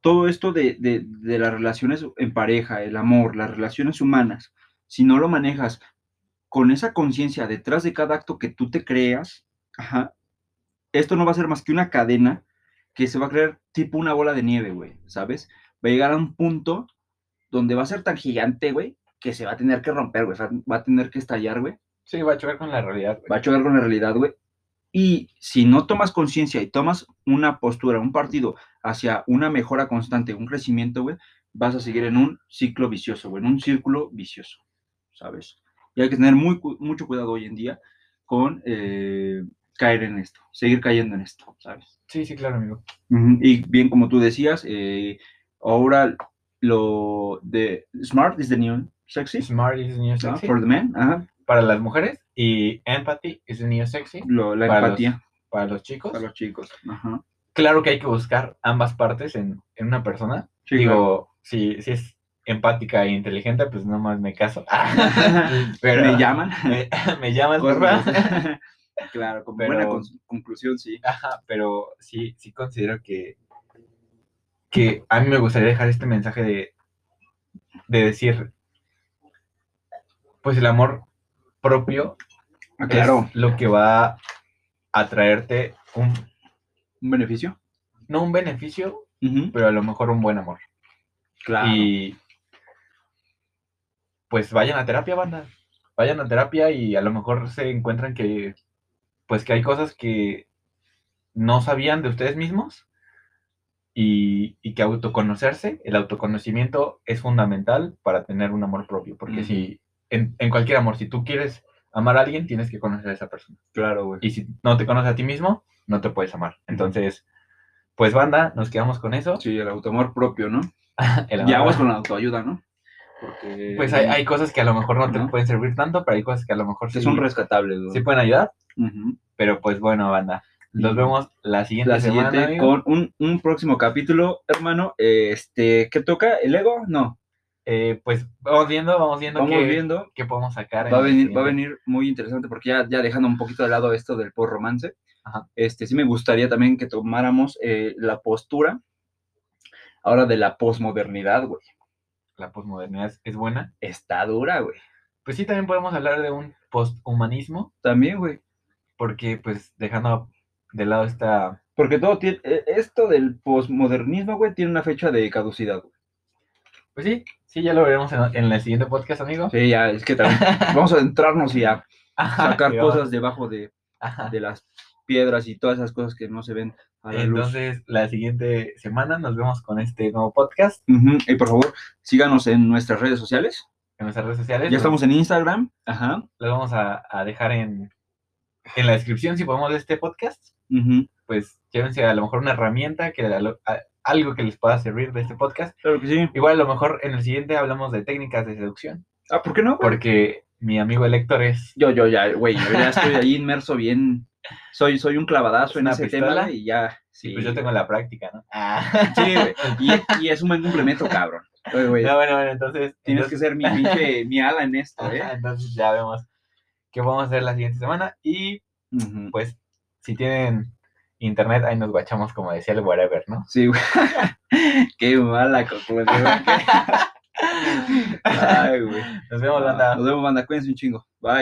[SPEAKER 2] todo esto de, de- de las relaciones en pareja, el amor, las relaciones humanas, si no lo manejas con esa conciencia detrás de cada acto que tú te creas, ajá, esto no va a ser más que una cadena que se va a crear tipo una bola de nieve, güey, ¿sabes? Va a llegar a un punto donde va a ser tan gigante, güey, que se va a tener que romper, güey, o sea, va a tener que estallar, güey,
[SPEAKER 1] Sí, va a chocar con la realidad, güey.
[SPEAKER 2] va a chocar con la realidad, güey. Y si no tomas conciencia y tomas una postura, un partido hacia una mejora constante, un crecimiento, güey, vas a seguir en un ciclo vicioso, güey, en un círculo vicioso, ¿sabes? Y hay que tener muy, cu- mucho cuidado hoy en día con eh, caer en esto, seguir cayendo en esto, ¿sabes?
[SPEAKER 1] Sí, sí, claro, amigo.
[SPEAKER 2] Ujú, Y bien, como tú decías, eh, ahora lo de smart is the new sexy,
[SPEAKER 1] Smart is the new
[SPEAKER 2] ¿no?
[SPEAKER 1] sexy.
[SPEAKER 2] for the man, ajá,
[SPEAKER 1] Para las mujeres. Y empathy is the new sexy.
[SPEAKER 2] lo- la
[SPEAKER 1] Para los
[SPEAKER 2] empatía
[SPEAKER 1] Para los chicos.
[SPEAKER 2] para los chicos. Ajá.
[SPEAKER 1] Claro que hay que buscar ambas partes en, en una persona.
[SPEAKER 2] Sí,
[SPEAKER 1] Digo, si, si es empática e inteligente, pues nomás me caso.
[SPEAKER 2] claro.
[SPEAKER 1] Pero
[SPEAKER 2] me Pues, llaman.
[SPEAKER 1] Me, me llamas,
[SPEAKER 2] Cosas
[SPEAKER 1] porfa.
[SPEAKER 2] así. claro, con buena
[SPEAKER 1] Pero- Ah,
[SPEAKER 2] cons- conclusión, sí.
[SPEAKER 1] Ajá, pero sí, sí considero que, que a mí me gustaría dejar este mensaje de, de decir, pues el amor propio
[SPEAKER 2] Ah, Claro,
[SPEAKER 1] es lo que va a traerte un,
[SPEAKER 2] un beneficio.
[SPEAKER 1] no un beneficio,
[SPEAKER 2] Ujú,
[SPEAKER 1] pero a lo mejor un buen amor.
[SPEAKER 2] Claro.
[SPEAKER 1] Y pues vayan a terapia, banda. Vayan a terapia y a lo mejor se encuentran que pues que hay cosas que no sabían de ustedes mismos y, y que autoconocerse, el autoconocimiento es fundamental para tener un amor propio, porque
[SPEAKER 2] Ujú.
[SPEAKER 1] si en, en cualquier amor, si tú quieres amar a alguien, tienes que conocer a esa persona.
[SPEAKER 2] claro, güey.
[SPEAKER 1] Y si no te conoces a ti mismo, no te puedes amar. Entonces, pues banda, nos quedamos con eso.
[SPEAKER 2] Sí, el autoamor propio, ¿no?
[SPEAKER 1] El
[SPEAKER 2] Y
[SPEAKER 1] amor-
[SPEAKER 2] aguas con la autoayuda, ¿no? Porque
[SPEAKER 1] Pues hay, hay cosas que a lo mejor no te
[SPEAKER 2] Ajá.
[SPEAKER 1] pueden servir tanto, pero hay cosas que a lo mejor sí,
[SPEAKER 2] son rescatables, güey.
[SPEAKER 1] sí pueden ayudar.
[SPEAKER 2] Ujú.
[SPEAKER 1] Pero pues bueno, banda. Nos
[SPEAKER 2] Sí.
[SPEAKER 1] vemos la siguiente
[SPEAKER 2] la
[SPEAKER 1] semana.
[SPEAKER 2] siguiente
[SPEAKER 1] amigo.
[SPEAKER 2] con un, un próximo capítulo, hermano. Este, ¿qué toca? ¿El ego? No.
[SPEAKER 1] Eh, pues vamos viendo, vamos viendo
[SPEAKER 2] Vamos
[SPEAKER 1] qué,
[SPEAKER 2] viendo.
[SPEAKER 1] qué podemos sacar. en este
[SPEAKER 2] Va
[SPEAKER 1] el
[SPEAKER 2] a venir, va a
[SPEAKER 1] siguiente.
[SPEAKER 2] venir muy interesante porque ya, ya dejando un poquito de lado esto del post romance.
[SPEAKER 1] Ajá.
[SPEAKER 2] Este, sí me gustaría también que tomáramos eh, la postura ahora de la posmodernidad, güey.
[SPEAKER 1] La posmodernidad es, es buena.
[SPEAKER 2] Está dura, güey.
[SPEAKER 1] Pues sí, también podemos hablar de un posthumanismo,
[SPEAKER 2] También, güey.
[SPEAKER 1] porque pues dejando de lado esta...
[SPEAKER 2] Porque todo tiene, e- esto del posmodernismo, güey, tiene una fecha de caducidad, güey.
[SPEAKER 1] Pues sí, sí, ya lo veremos en, en el siguiente podcast, amigo.
[SPEAKER 2] Sí, ya, es que también vamos a adentrarnos y a
[SPEAKER 1] Ajá,
[SPEAKER 2] sacar
[SPEAKER 1] que vamos-
[SPEAKER 2] cosas debajo de,
[SPEAKER 1] ajá.
[SPEAKER 2] de las piedras y todas esas cosas que no se ven a la luz.
[SPEAKER 1] Entonces, la siguiente semana nos vemos con este nuevo podcast
[SPEAKER 2] Ujú, Y por favor, síganos en nuestras redes sociales.
[SPEAKER 1] en nuestras redes sociales.
[SPEAKER 2] Ya estamos en Instagram. Ajá.
[SPEAKER 1] los vamos a, a dejar en, en la descripción si podemos de este podcast.
[SPEAKER 2] ujú,
[SPEAKER 1] Pues llévense a lo mejor una herramienta, que a lo- a- algo que les pueda servir de este podcast.
[SPEAKER 2] Claro que sí.
[SPEAKER 1] Igual a lo mejor en el siguiente hablamos de técnicas de seducción,
[SPEAKER 2] Ah, ¿por qué no? güey?
[SPEAKER 1] porque mi amigo el Héctor es...
[SPEAKER 2] Yo, yo, ya, güey, yo ya estoy ahí inmerso bien. Soy, soy un clavadazo en
[SPEAKER 1] ¿Una
[SPEAKER 2] ese
[SPEAKER 1] pistola?
[SPEAKER 2] tema y ya. Sí,
[SPEAKER 1] Pues yo tengo la práctica, ¿no? Ah.
[SPEAKER 2] Sí, güey, Y, y es un buen complemento, cabrón. Oye, güey,
[SPEAKER 1] No, bueno, bueno, entonces...
[SPEAKER 2] tienes que
[SPEAKER 1] entonces-
[SPEAKER 2] ser mi pinche, mi ala en esto,
[SPEAKER 1] ajá,
[SPEAKER 2] ¿eh?
[SPEAKER 1] entonces ya vemos qué vamos a hacer la siguiente semana y
[SPEAKER 2] Ujú.
[SPEAKER 1] pues si tienen internet, ahí nos guachamos como decía el whatever, ¿no?
[SPEAKER 2] Sí, güey. Qué mala conclusión. Ay, güey.
[SPEAKER 1] Nos vemos, banda.
[SPEAKER 2] Nos vemos, banda. Cuídense un chingo. Bye.